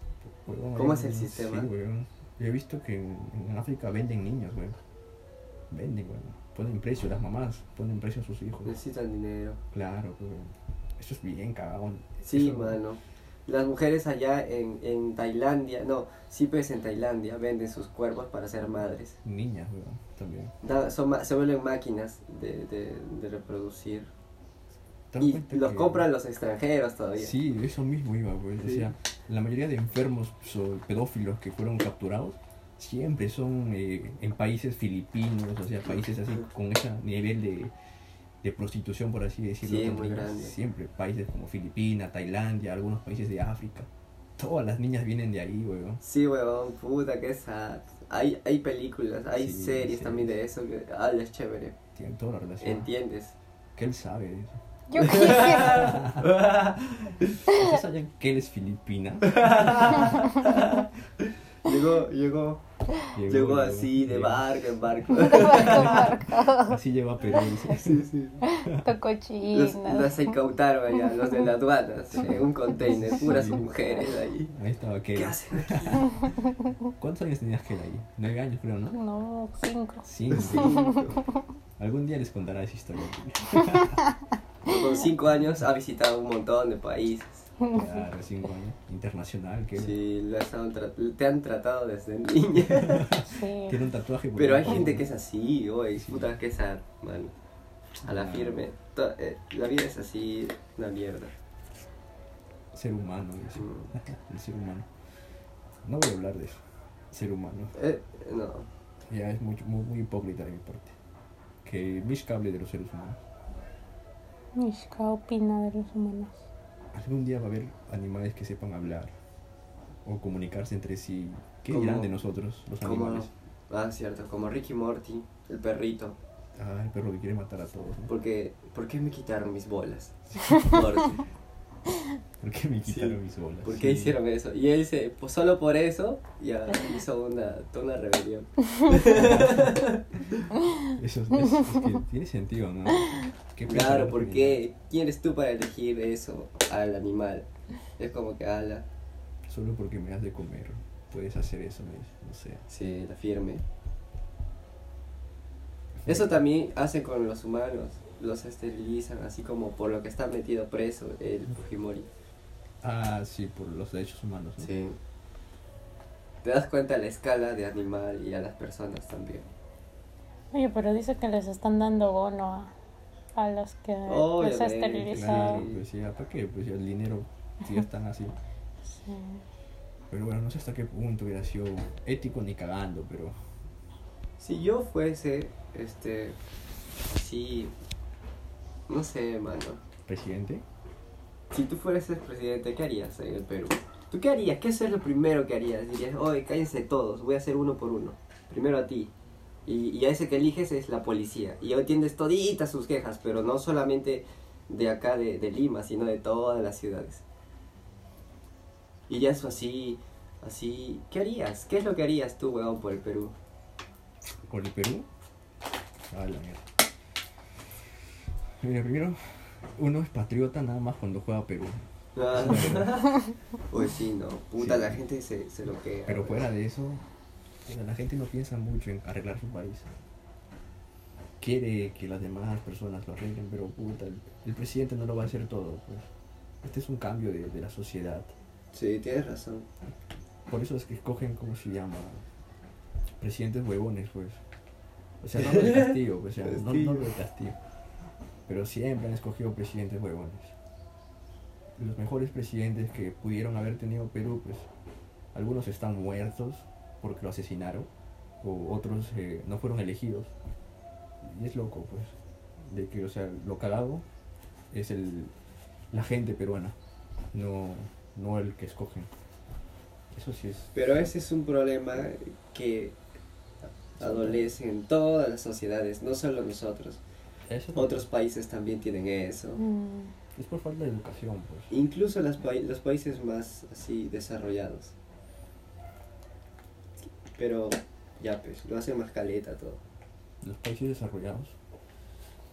Huevón,
¿Cómo
hay
es el
un-
sistema?
Sí, weón. Yo he visto que en, en África venden niños, weón. Venden, weón. Ponen precio, las mamás ponen precio a sus hijos.
Necesitan dinero.
Claro, weón. Eso es bien cagón.
Sí,
Eso-
mano. Las mujeres allá en, en Tailandia, no, sí, pues en Tailandia venden sus cuerpos para ser madres.
Niñas, weón, también.
Da- son ma- se vuelven máquinas de, de, de reproducir.
¿Te das
Y
cuenta
los
que-
compran los extranjeros todavía.
Sí, eso mismo iba, weón. O
Sí.
sea, la mayoría de enfermos so- pedófilos que fueron capturados siempre son eh, en países filipinos, o sea, países así con ese nivel de, de prostitución, por así decirlo.
Sí,
con
muy
niñas.
grande.
Siempre, países como Filipinas, Tailandia, algunos países de África. Todas las niñas vienen de ahí, weón.
Sí, huevón, puta, que sad. Hay, hay películas, hay
Sí,
series
sí.
también de eso que ah, es chévere.
Tienen toda la relación.
¿Entiendes?
Que él sabe de eso.
Yo quisiera.
¿Ustedes sabían que él es filipina?
llegó, llegó,
Llegó,
llegó
weón,
así de
llegó.
barco en barco.
Así lleva a Perú. dice.
sí, sí.
Tocó
Los,
chinas.
las incautaron allá, los de las aduanas, en un container, puras
Sí.
mujeres ahí.
Ahí estaba
¿Qué
que
hacen aquí?
¿Cuántos años tenías que ahí? Nueve años, creo, ¿no?
No, cinco.
Cinco.
Cinco.
Algún día les contará esa historia.
Con cinco años ha visitado un montón de países.
Claro, cinco años. Internacional, que
Sí, lo has dado tra- te han tratado desde niña.
Sí.
tiene un tatuaje. por
Pero hay
ejemplo.
gente que es así, oye,
Sí.
puta, que es a, mano, a la
Ah.
firme. To- eh, la vida es así, una mierda. Mm.
Ser humano, dice. El ser humano. No voy a hablar de eso. Ser humano.
Eh, no,
Ya es muy, muy, muy hipócrita de mi parte. Que Mishka hable de los seres humanos.
Mishka opina de los humanos.
Algún día va a haber animales que sepan hablar o comunicarse entre sí. ¿Qué
Como-
dirán de nosotros, los
como.
animales?
Ah, cierto, como Ricky Morty, el perrito.
Ah, el perro que quiere matar a todos. ¿no?
Porque, ¿por qué me quitaron mis bolas? Morty,
¿Por qué me quitaron
Sí.
mis bolas?
¿Por qué
Sí.
hicieron eso? Y él dice, pues solo por eso, ya hizo una, toda una rebelión.
Eso es, es- es que tiene sentido, ¿no? ¿Qué
Claro,
pensarán los
porque ¿quién eres tú para elegir eso al animal? Es como que ala,
niños? Solo porque me das de comer, puedes hacer eso, me dice, no sé.
se la firme. Eso también hace con los humanos, los esterilizan, así como por lo que está metido preso el Fujimori.
Ah, sí, por los derechos humanos, ¿no?
Sí. Te das cuenta la escala de animal y a las personas también.
Oye, pero dice que les están dando bono a, a los que los
Obviamente,
Oh, Claro,
esterilizaron.
pues ya, ¿para qué? Pues ya el dinero, si ya están así.
Sí.
Pero bueno, no sé hasta qué punto hubiera sido ético ni cagando, pero
Si yo fuese, este, así, no sé, mano.
¿Presidente?
Si tú fueras el presidente, ¿qué harías en el Perú? ¿Tú qué harías? ¿Qué eso es lo primero que harías? Dirías, oye, cállense todos, voy a hacer uno por uno. Primero a ti. Y, y a ese que eliges es la policía. Y ya entiendes toditas sus quejas, pero no solamente de acá, de, de Lima, sino de todas las ciudades. Y ya eso así, así, ¿qué harías? ¿Qué es lo que harías tú, weón, por el Perú?
¿Por el Perú? Ah, la mierda. Mira, primero, uno es patriota nada más cuando juega Perú.
Ah,
Eso es verdad.
Uy, Pues sí, no. Puta,
Sí.
la gente se, se lo queda.
Pero
weón.
fuera de eso, mira, la gente no piensa mucho en arreglar su país. Quiere que las demás personas lo arreglen, pero puta, el, el presidente no lo va a hacer todo. pues. Este es un cambio de, de la sociedad.
Sí, tienes razón.
Por eso es que escogen, ¿cómo se llama? Presidentes huevones, pues. O sea, no lo de Castillo, pues, o sea, no, no lo de Castillo. Pero siempre han escogido presidentes huevones. Los mejores presidentes que pudieron haber tenido Perú, pues, algunos están muertos porque lo asesinaron, o otros eh, no fueron elegidos. Y es loco, pues, de que, o sea, lo cagado es el, la gente peruana, no, no el que escogen. Eso sí es
Pero ese es un problema que adolece en todas las sociedades, no solo nosotros.
Eso también.
Otros países también tienen eso.
Mm,
Es por falta de educación, pues.
Incluso las pai- los países más así desarrollados. Pero ya pues, lo hacen más caleta todo.
Los países desarrollados.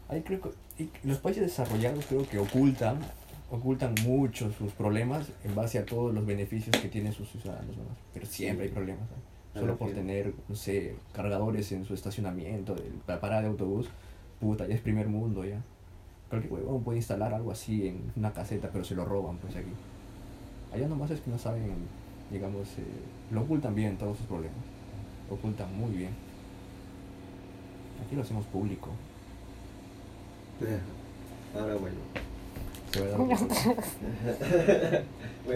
Ahí creo que, y los países desarrollados creo que ocultan, ocultan mucho sus problemas en base a todos los beneficios que tienen sus ciudadanos. ¿no? Pero siempre hay problemas. ¿no?
Me
Solo por
refiero.
tener, no sé, cargadores en su estacionamiento, el- la parada de autobús, puta, ya es primer mundo ya. Cualquier huevón puede instalar algo así en una caseta, pero se lo roban, pues aquí. Allá nomás es que no saben, digamos, eh, lo ocultan bien todos sus problemas. Lo ocultan muy bien. Aquí lo hacemos público.
Ahora bueno.
Se va a dar un poco.
Voy a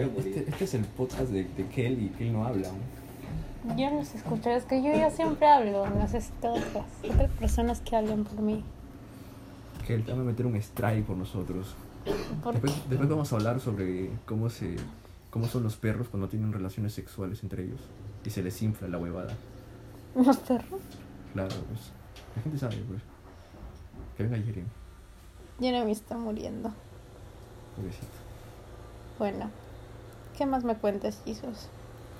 este,
morir.
este es el podcast de, de Kelly, que él no habla. ¿no?
Yo no los escucho, es que yo ya siempre hablo, necesito otras, otras personas que hablen por mí.
Que él te va a meter un strike por nosotros.
Porque
Después, después vamos a hablar sobre cómo se cómo son los perros cuando tienen relaciones sexuales entre ellos y se les infla la huevada.
los perros.
Claro, pues. La gente sabe, pues. Que venga Jeremy,
Jeremy está muriendo.
pobrecito.
Bueno, ¿qué más me cuentas, Jesús?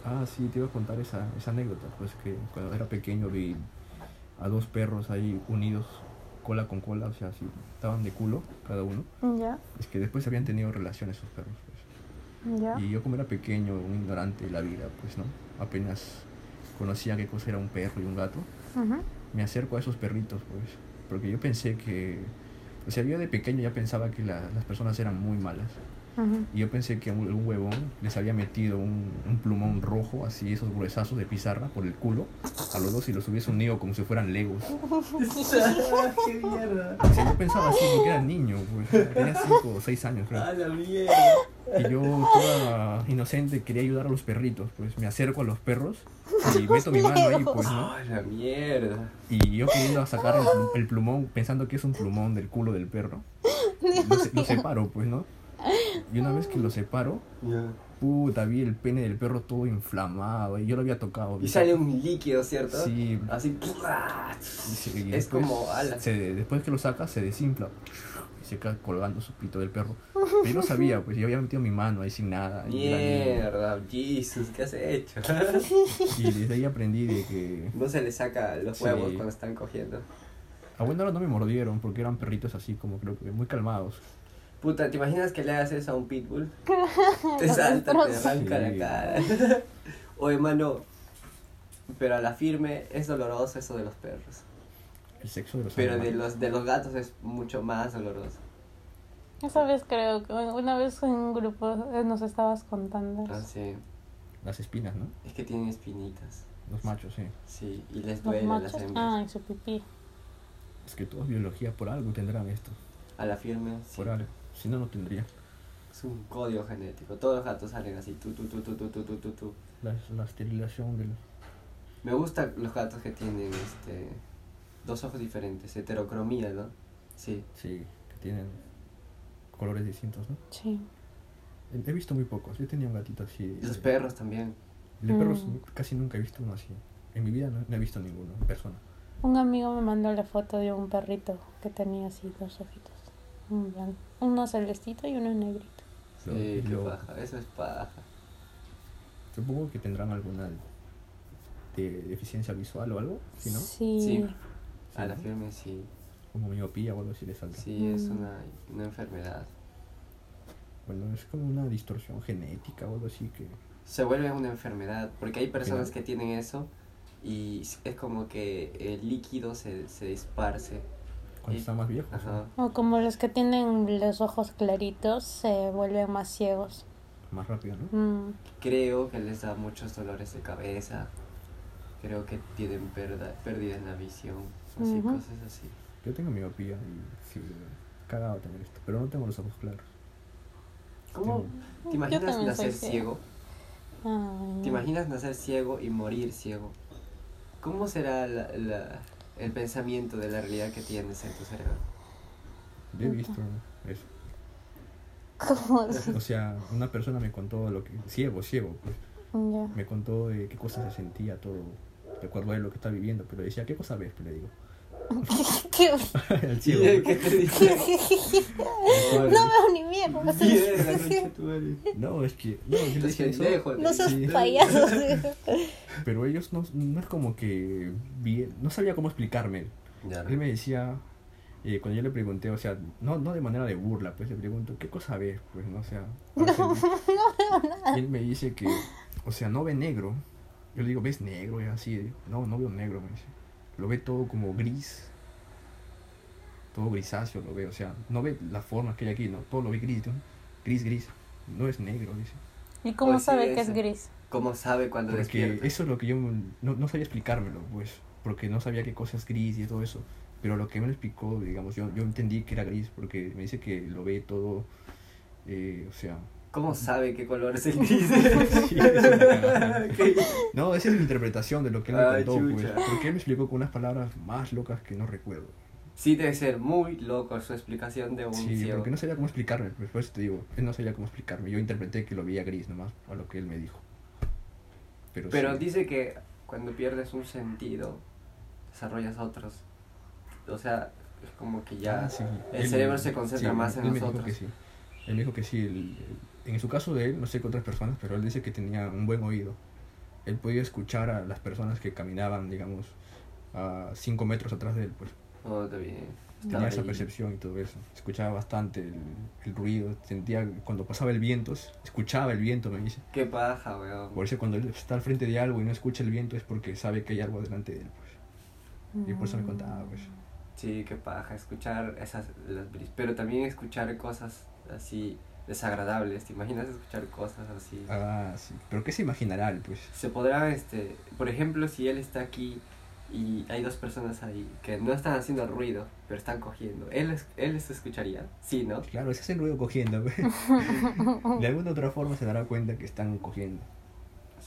Ah, sí, te iba a contar esa, esa anécdota, pues que cuando era pequeño vi a dos perros ahí unidos cola con cola, o sea, así, estaban de culo cada uno.
Ya,
Es que después habían tenido relaciones esos perros, pues.
ya.
Y yo como era pequeño, un ignorante de la vida, pues, ¿no? Apenas conocía qué cosa era un perro y un gato.
Ujú.
Me acerco a esos perritos, pues, porque yo pensé que... O sea, yo de pequeño ya pensaba que la- las personas eran muy malas.
Ujú.
Y yo pensé que un, un huevón les había metido un, un plumón rojo, así, esos gruesazos de pizarra por el culo, a los dos y los hubiese unido como si fueran legos.
¡Qué mierda!
O sea, yo pensaba así porque era niño, pues, tenía 5 o 6 años, creo.
¡A la mierda!
Y yo, toda inocente, quería ayudar a los perritos, pues me acerco a los perros y meto mi mano ahí, pues, ¿no?
¡A la mierda!
Y yo queriendo sacar el, plu- el plumón, pensando que es un plumón del culo del perro, lo, se- lo separo, pues, ¿no? Y una vez que lo separo,
Ya.
puta, vi el pene del perro todo inflamado y yo lo había tocado.
Y
vi-
sale un líquido, ¿cierto?
Sí, Ah,
Así.
y se- y
Es
después
como alas.
se- después que lo sacas, se desinfla y se queda colgando su pito del perro. Pero yo no sabía, pues yo había metido mi mano ahí sin nada. en la nieve.
Mierda, Jesus, ¿qué has hecho?
Y desde ahí aprendí de que.
No se le saca los
Sí.
huevos cuando están cogiendo.
A buena hora no me mordieron porque eran perritos así, como creo que muy calmados.
Puta, ¿te imaginas que le hagas eso a un pitbull? Te
Lo
salta, te
destroza.
arranca
Sí.
la cara. Oye, mano, pero a la firme es doloroso eso de los perros.
El sexo de los
Pero de
animales.
los, de los gatos es mucho más doloroso.
Esa vez creo que una vez en un grupo eh, nos estabas contando.
Ah, sí.
Las espinas, ¿no?
Es que tienen espinitas.
Los machos, sí.
Sí, y les
Los
duele a las
machos. Ah,
hembras.
y su pipí.
Es que todas biología por algo tendrán esto.
A la firme, sí.
Por algo. Si no, no tendría.
Es un código genético. Todos los gatos salen así, tú, tú, tú, tú, tú, tú, tú, tú, tú.
La, la esterilización de los.
Me gustan los gatos que tienen este dos ojos diferentes, heterocromía, ¿no? Sí.
Sí, que tienen colores distintos, ¿no?
Sí.
He- He visto muy pocos. Yo tenía un gatito así.
Y los
eh,
perros también.
De perros
Mm.
casi nunca he visto uno así. En mi vida no, no he visto ninguno en persona.
Un amigo me mandó la foto de un perrito que tenía así dos ojitos. Un blanco. Uno celestito y uno negrito.
Sí,
Lo-
Eh, qué
lo-
paja, eso es paja.
Supongo que tendrán alguna de- deficiencia visual o algo, si no,
Sí.
Sí.
Sí,
A la
¿no?
firme sí.
como miopía o algo así le saldrá.
Sí, es
Mm.
una, una enfermedad.
Bueno, es como una distorsión genética o algo así que
Se vuelve una enfermedad, porque hay personas que tienen eso y s- es como que el líquido se, se esparce.
cuando
Y-
están más viejos.
Ajá.
¿no?
O como los que tienen los ojos claritos se vuelven más ciegos.
Más rápido, ¿no?
Mm.
Creo que les da muchos dolores de cabeza. Creo que tienen perda, pérdida en la visión. Así,
Ujú.
cosas así.
Yo tengo miopía y sí, cagado tener esto, pero no tengo los ojos claros.
¿Cómo? ¿Te imaginas
también soy
nacer
ciega.
ciego?
Ay,
¿Te imaginas nacer ciego y morir ciego? ¿Cómo será la- la- el pensamiento de la realidad que tienes en tu cerebro?
Yo he visto eso.
¿Cómo? Ya.
O sea, una persona me contó lo que. Ciego, ciego, pues. me contó de qué cosas se sentía todo de acuerdo a lo que está viviendo pero decía qué cosa ves pues le digo al ciego
Bien, ¿Qué te dije?
no veo ni mierda. o sea,
Bien, la conchetumare.
no es que no yo le
Estás
decía eso,
pendejo, te
No seas
Sí.
payaso.
pero ellos no, no es como que bien no sabía cómo explicarme
Ya.
él me decía eh, cuando yo le pregunté o sea no no de manera de burla pues le pregunto qué cosa ves pues no o sea para que- y él me dice que o sea no ve negro yo le digo ves negro y así no no veo negro me dice lo ve todo como gris todo grisáceo lo ve, o sea, no ve las formas que hay aquí, no, todo lo ve gris, ¿no? gris, gris, no es negro, dice.
¿Y cómo
Pues sí,
sabe que es
ese.
gris?
¿Cómo sabe cuando
Porque
despierta?
eso es lo que yo no, no sabía explicármelo, pues, porque no sabía qué cosa es gris y todo eso. Pero lo que me lo explicó, digamos, yo, yo entendí que era gris, porque me dice que lo ve todo, eh, o sea...
¿Cómo sabe qué color es el gris?
Sí, es una cagada.
¿Qué?
No, esa es mi interpretación de lo que él me
Ay,
contó, pues,
chucha.
porque él me explicó con unas palabras más locas que no recuerdo.
Sí, debe ser muy loco su explicación de un
Sí,
ciego.
porque no sabía cómo explicarme, pues por eso te digo, él no sabía cómo explicarme, yo interpreté que lo veía gris nomás, a lo que él me dijo. Pero,
Pero
Pues sí,
dice que cuando pierdes un sentido, desarrollas otros. O sea, es como que ya...
Ah, sí.
el
Él-
cerebro se concentra más en
él Me dijo
nosotros.
que sí. Él me dijo que sí, él- él- en su caso de él, no sé con otras personas, pero él dice que tenía un buen oído. Él podía escuchar a las personas que caminaban, digamos, a 5 metros atrás de él, pues
No, está bien.
tenía
Estaba
esa
ahí.
percepción y todo eso. Escuchaba bastante el, el ruido, sentía cuando pasaba el viento, escuchaba el viento, me dice.
Qué paja, weón.
Por eso cuando él está al frente de algo y no escucha el viento es porque sabe que hay algo delante de él, pues. Y por eso
Mm.
me contaba, pues.
Sí, qué paja. Escuchar esas... Las bris- Pero también escuchar cosas así desagradables. ¿Te imaginas escuchar cosas así?
Ah, sí. Pero ¿qué se imaginará él, pues?
Se podrá, este... Por ejemplo, si él está aquí y hay dos personas ahí que no están haciendo ruido, pero están cogiendo. ¿Él, es- él les escucharía? Sí, ¿no?
Claro, se hace el ruido cogiendo, pues. De alguna u otra forma se dará cuenta que están cogiendo.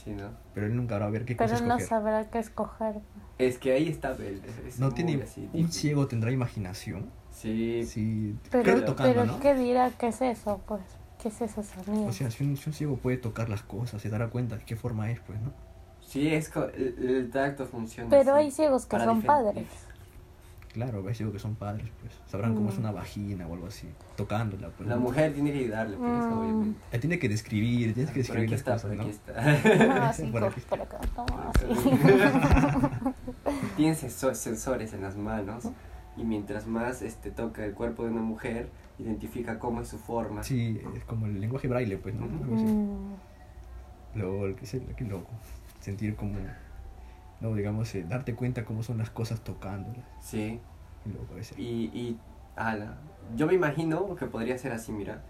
Sí, ¿no?
Pero él nunca va a ver qué
Pero
cosas
no
coger.
sabrá qué escoger.
Es que ahí está él. es
No
muy
tiene...
así,
¿Un
típico.
ciego tendrá imaginación?
Sí,
Sí. Creo
Pero,
que tocando,
pero
¿no?
¿qué dirá? ¿Qué es eso? Pues, ¿qué es ese sonido?
O sea, si un, si un ciego puede tocar las cosas, se dará cuenta de qué forma es, pues, ¿no?
Sí, es co- el, el tacto funciona.
pero
así,
hay ciegos que
para
son
difen-
padres.
Claro, hay ciegos que son padres, pues. Sabrán cómo es
Mm.
una vagina o algo así. Tocándola, pues.
La
¿no?
mujer tiene que ayudarle, pero eso,
Mm.
obviamente.
La tiene que describir, tienes que
Por aquí
describir las
está,
cosas,
por
¿no?
aquí está.
Ah,
No, así,
Por
co-
pues,
aquí.
por acá, toma, así.
Tiene senso- sensores en las manos y mientras más este toca el cuerpo de una mujer, identifica cómo es su forma.
Sí, es como el lenguaje braille, pues, ¿no?
Ujú.
Algo así.
Mm.
Lol, qué, sé- qué loco. Sentir como, no, digamos, eh, darte cuenta cómo son las cosas tocándolas.
Sí.
Qué loco ese.
Y, y ala, yo me imagino que podría ser así, mira.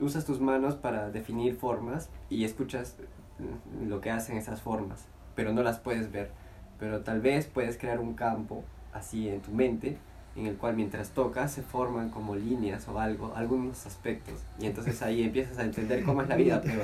Usas tus manos para definir formas y escuchas eh, lo que hacen esas formas, pero no las puedes ver. Pero tal vez puedes crear un campo así en tu mente en el cual mientras tocas se forman como líneas o algo, algunos aspectos. Y entonces ahí empiezas a entender cómo es la vida. pero,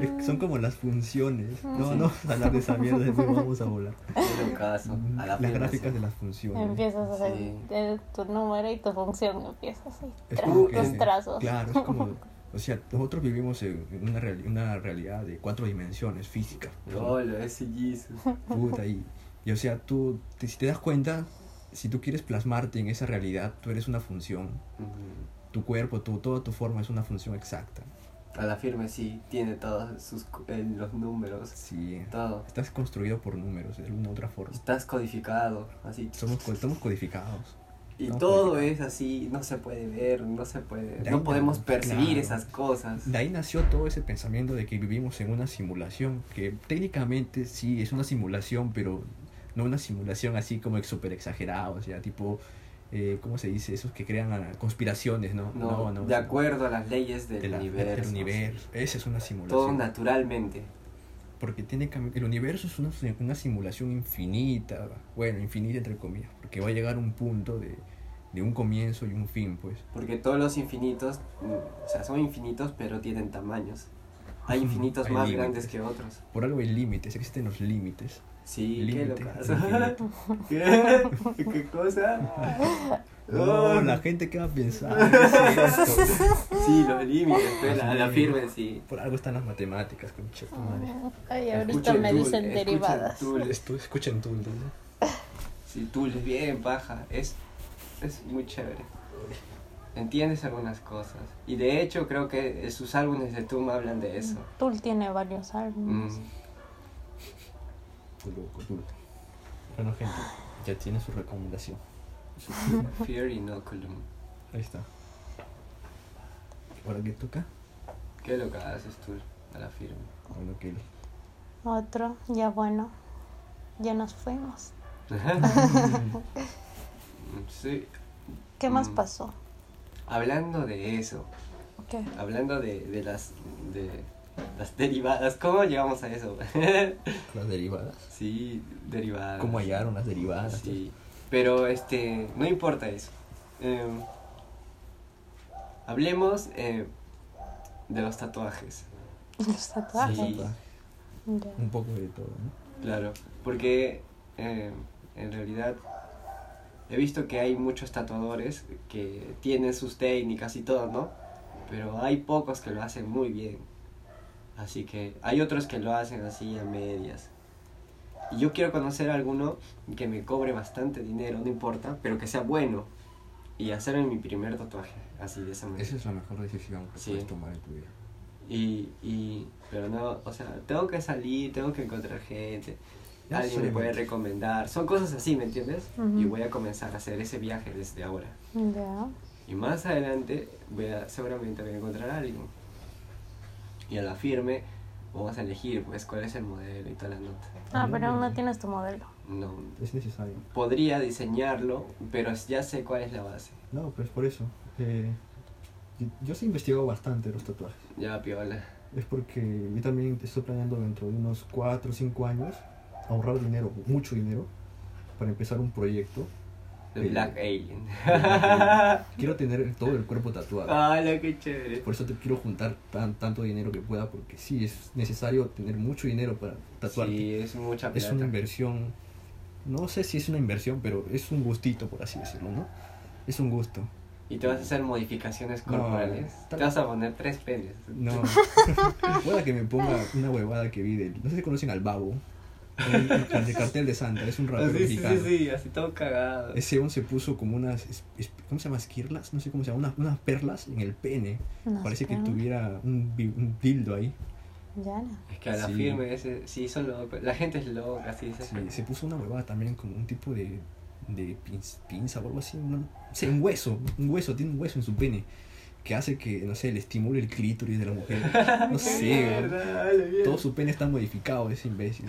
Es que son como las funciones.
Ah,
No, no vamos a hablar de esa mierda, después vamos a volar.
En caso, a la
las
final,
gráficas
sí.
de las funciones.
Empiezas a hacer
Sí.
eh, tu número y tu función, empiezas ahí,
Es
tra-
como que-
tus trazos.
Claro, es como. O sea, nosotros vivimos en en una, reali- una realidad de cuatro dimensiones físicas. pues, ¿no?
Lolo, ese Jesus.
Puta, y, y, o sea, tú, te- si te das cuenta, si tú quieres plasmarte en esa realidad, tú eres una función.
Mm,
Tu cuerpo, tu, toda tu forma es una función exacta.
A la firme sí, tiene todos sus, cu- eh, los números,
Sí.
todo.
Estás construido por números, de alguna u otra forma.
Estás codificado, así.
Somos, co- estamos codificados.
Y
estamos
todo
codificados.
es así, no se puede ver, no se puede,
De
no
ahí
podemos
nace,
percibir
claro.
esas cosas.
De ahí nació todo ese pensamiento de que vivimos en una simulación, que técnicamente sí es una simulación, pero no una simulación así como ex- súper exagerada, o sea, tipo, eh, ¿cómo se dice? Esos que crean ah, conspiraciones, ¿no?
No, de acuerdo a las leyes del
de la- del
universo.
universo. Esa es una
Todo
simulación.
naturalmente.
Porque tiene cam- el universo es una, si- una simulación infinita, bueno, infinita entre comillas, porque va a llegar un punto de, de un comienzo y un fin, pues.
Porque todos los infinitos, mm, o sea, son infinitos pero tienen tamaños. Hay infinitos
Hay
más
límites.
grandes que otros.
Por algo hay límites, existen los límites.
Sí,
Límite,
qué locas.
infinito.
¿Qué? ¿Qué cosa? Oh,
No, Oh, la gente que va a pensar. ¿qué es esto?
Sí, los límites, pero la, la
Sí.
firme sí.
Por algo están las matemáticas, concha tu madre.
Ay, ahorita
Escuchen
me
Tool,
dicen
escuchen
derivadas.
Tool.
Ah. Esto, escuchen tú, ¿no?
Sí, tú les bien, paja. Es, es muy chévere. Entiendes algunas cosas. Y de hecho creo que eh, sus álbumes de Tool hablan de eso.
Tool tiene varios
Mm.
álbumes.
Tú loco, tú. Bueno, gente, ya tiene su recomendación.
Fear Inoculum.
Ahí está. ¿Ahora qué toca?
Qué loca haces tú a la firme.
Bueno, que
Mm.
Otro, ya bueno, ya nos fuimos.
Sí.
¿Qué más
Mm.
pasó?
Hablando de eso,
¿Qué?
hablando de, de las de las derivadas, ¿cómo llegamos a eso?
las derivadas.
Ah, sí, derivadas.
¿Cómo hallaron las derivadas?
Sí. Pero este, no importa eso. Eh, hablemos eh, de los tatuajes.
Los tatuajes.
Sí.
Ya.
Un poco de todo, ¿no?
Claro, porque eh, en realidad he visto que hay muchos tatuadores que tienen sus técnicas y todo, ¿no? Pero hay pocos que lo hacen muy bien. Así que hay otros que lo hacen así a medias. Y yo quiero conocer a alguno que me cobre bastante dinero, no importa, pero que sea bueno. Y hacerme mi primer tatuaje, así de esa manera.
Esa es la mejor decisión que
Sí.
puedes tomar en tu vida.
Y, y, pero no, o sea, tengo que salir, tengo que encontrar gente,
Ya
alguien me
sé.
puede recomendar, son cosas así, ¿me entiendes?
Ujú.
Y voy a comenzar a hacer ese viaje desde ahora.
Ya.
Y más adelante voy a, seguramente voy a encontrar a alguien. Y a la firme vamos a elegir, pues, cuál es el modelo y toda la nota.
Ah, pero aún no
Hablando-
tienes tu modelo.
No,
Es necesario.
podría diseñarlo, pero ya sé cuál es la base.
No, pues por eso. eh, yo, yo sí he investigado bastante los tatuajes.
Ya, piola.
Es porque yo también estoy planeando dentro de unos 4 o 5 años ahorrar dinero, mucho dinero, para empezar un proyecto.
El
Sí.
Black Alien.
Quiero tener todo el cuerpo tatuado.
¡Hala, qué chévere!
Por eso te quiero juntar tan, tanto dinero que pueda, porque sí, es necesario tener mucho dinero para tatuarte.
Sí, es mucha plata.
es una inversión, no sé si es una inversión, pero es un gustito, por así decirlo, ¿no? Es un gusto.
¿Y te vas a hacer modificaciones
No,
corporales?
tal-
Te vas a poner tres penes.
No, pueda que me ponga una huevada que vi del, no sé si conocen al babo, el, el de cartel de Santa, es un rapero
Así, Ah, sí,
mexicano.
sí, sí, así todo cagado.
Ese aún se puso como unas, es- es- ¿cómo se llama? Esquirlas, no sé cómo se llama, unas, unas perlas en el pene.
Unas
Parece que
perlas.
tuviera un, bi- un dildo ahí.
Ya. no.
Es que a la
Sí.
firme, ese, sí, son locos. La gente es loca, así es.
Sí, se puso una huevada también como un tipo de, de pinz- pinza o algo así. No, no sé, un hueso, un hueso, tiene un hueso en su pene que hace que, no sé, le estimule el clítoris de la mujer. No sé, weón. todo su pene está modificado, es imbécil.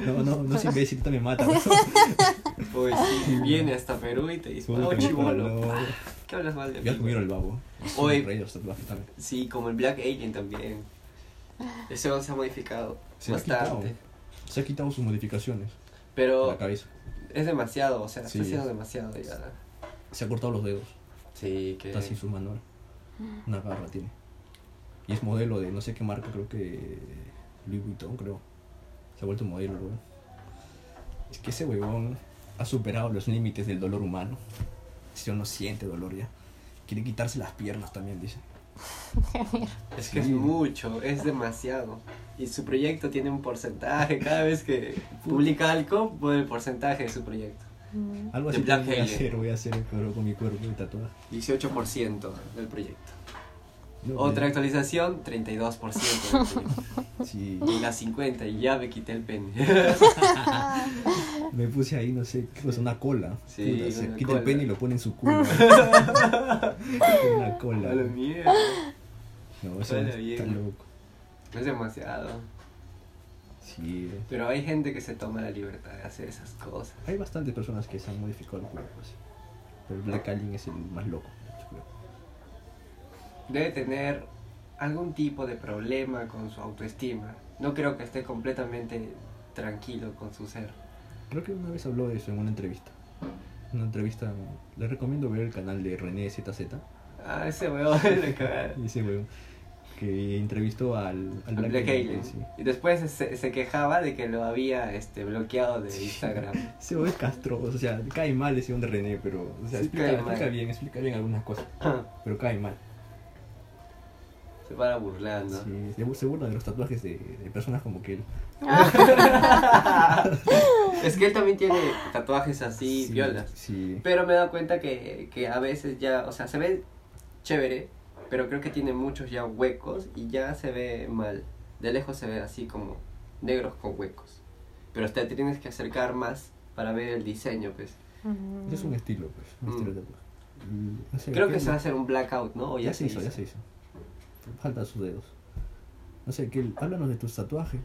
No, no, no es imbécil, también mata.
Pues sí, viene hasta Perú y te dice,
Puta,
oh,
me
chivolo.
paró.
¿Qué hablas mal de
Ya
mí?
tuvieron el babo.
Oye.
Rey de los tatuajes también.
Sí, como el Black Alien también. Ese se ha modificado
Se ha
bastante.
quitado. Se ha quitado sus modificaciones de
Pero
la cabeza.
es demasiado, o sea,
Sí.
está siendo demasiado ya.
Se ha cortado los dedos.
Sí, que...
Está sin su manual. Una barra tiene. Y es modelo de no sé qué marca, creo que Louis Vuitton, creo. Se ha vuelto modelo, weón. Es que ese huevón ha superado los límites del dolor humano. Si uno siente dolor ya. Quiere quitarse las piernas también, dice.
Es que es
Sí.
mucho, es demasiado. Y su proyecto tiene un porcentaje. Cada vez que publica algo, pone el porcentaje de su proyecto.
Mm.
Algo
De
así
Black
voy a
Alien.
hacer, voy a hacer pero con mi cuerpo y tatuaje.
18% del proyecto.
No,
Otra
ya.
actualización, 32% del proyecto.
Sí,
Y la 50, y ya me quité el pene.
me puse ahí, no sé, qué cosa, una cola.
Sí,
Puta, se
una
quita
cola.
el pene y lo pone en su culo. una
A
cola.
la mierda.
No, eso
Suena
está
bien.
loco.
Es demasiado.
Sí. eh.
Pero hay gente que se toma la libertad de hacer esas cosas.
Hay bastantes personas que se han modificado el cuerpo. sí. Pero el Black Alien es el más loco. yo creo.
Debe tener algún tipo de problema con su autoestima. No creo que esté completamente tranquilo con su ser.
Creo que una vez habló de eso en una entrevista. Una entrevista. Les recomiendo ver el canal de René ZZ.
Ah, ese weón le cagada.
Y ese weón. Que entrevistó al, al
Black Alien.
sí.
Y después se, se quejaba de que lo había este, bloqueado de Instagram.
Ese weón es castroso. O sea, cae mal ese weón de René, pero. O sea,
Sí,
explica,
cae
explica
mal. Ah.
bien, explica bien algunas cosas. Pero cae mal.
se para burlando.
Sí, se bu- se burla de los tatuajes de, de personas como que él.
es que él también tiene tatuajes así,
Sí,
violas.
Sí.
Pero me he dado cuenta que, que a veces ya, o sea, se ve chévere, pero creo que tiene muchos ya huecos y ya se ve mal. De lejos se ve así como negros con huecos. Pero te tienes que acercar más para ver el diseño, pues.
Mm.
Ese es un estilo, pues. Un
Mm.
estilo de tatuaje. Y, no sé,
Creo
¿qué
que se va a
más?
hacer un blackout, ¿no? O
ya, se hizo, ya
hizo.
se hizo. Falta sus dedos. No sé, que él- háblanos de tus tatuajes.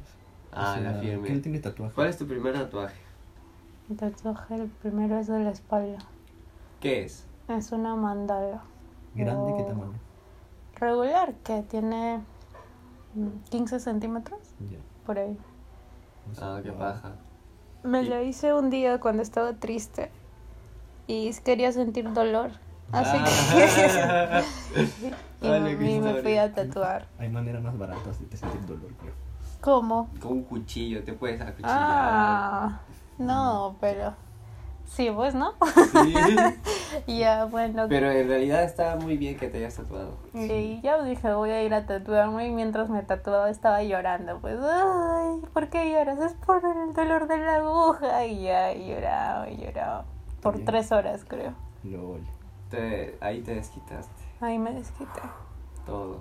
O
Ah,
sea,
la firme.
Que él tiene tatuajes.
¿Cuál es tu primer tatuaje?
El Mm, tatuaje, el primero es de la espalda.
¿Qué es?
Es una mandala.
Grande, ¿qué
Oh.
tamaño?
Regular, que tiene mm, 15 centímetros,
Ya.
por ahí.
no sé,
Ah, qué
wow.
paja.
Me
Y-
lo hice un día cuando estaba triste y quería sentir dolor. Así
Ah.
que. y
Vale,
me-
qué
y me fui
historia.
a tatuar.
Hay maneras más baratas de, de sentir dolor, creo.
¿Cómo?
Con un cuchillo te puedes acuchillar.
Ah, no, pero. Sí, pues no.
Sí.
ya, bueno.
Pero en realidad está muy bien que te hayas tatuado.
Y ya dije, voy a ir a tatuarme y mientras me tatuaba estaba llorando. Pues, ay, ¿por qué lloras? Es por el dolor de la aguja. Y ya y lloraba y lloraba. Por
Bien.
tres horas, creo.
Lol.
Te- ahí te desquitaste
Ahí me desquité.
todo.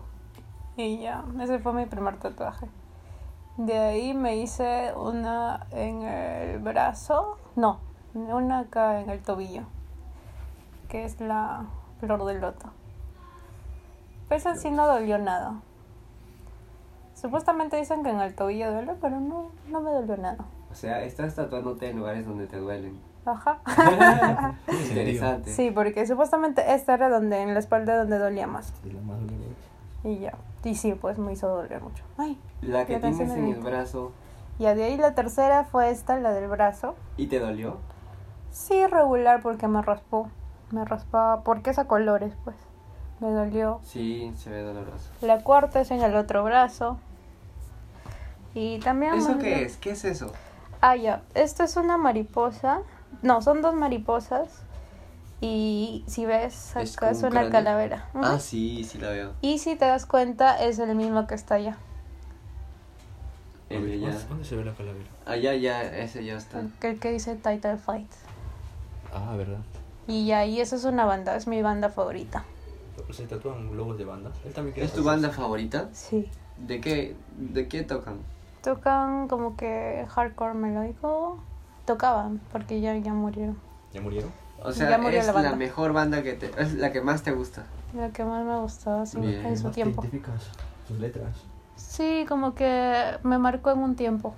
Y ya, ese fue mi primer tatuaje. De ahí me hice una en el brazo, no, una acá en el tobillo, que es la flor de loto. Pues así no dolió nada. Supuestamente dicen que en el tobillo duele, pero no, no me dolió nada.
O sea, estás tatuándote en lugares donde te duelen.
Ajá.
Tiene sentido.
Interesante.
Sí, porque supuestamente esta era donde, en la espalda donde dolía más.
Este Es la más dolorosa.
Y ya. Y sí, pues me hizo doler mucho. Ay.
La que
La
tienes
canción
en
de
el brazo
Ya de ahí la tercera fue esta, la del brazo.
y te dolió.
Sí, regular porque me raspó. Me raspaba porque es a colores, pues. Me dolió.
Sí, se ve doloroso.
La cuarta es en el otro brazo. Y también.
¿Eso
me
qué
dolió-
es? ¿Qué es eso?
Ah, ya. Esto es una mariposa. No, son dos mariposas. Y si ves,
Es
acá
como
es,
un
una
cráneo.
calavera. Ujú.
Ah, sí, sí la veo.
Y si te das cuenta, es el mismo que está allá.
El de allá.
se ve la calavera?
Allá ya, ese ya está.
El que- el que dice Title Fight.
Ah, ¿verdad?
Y ya, y eso es una banda, es mi banda favorita.
Se tatúan logos de bandas. Él también
¿Es tu banda favorita?
Sí.
¿De qué, de qué tocan?
Tocan como que hardcore melódico. Tocaban, porque ya, ya murieron.
¿Ya murieron?
O
Ya
sea,
murió
es
la
la,
banda.
mejor banda que te... Es la que más te gusta.
Lo que más me gustaba sí,
Bien,
en su tiempo.
identificas sus letras.
Sí, como que me marcó en un tiempo.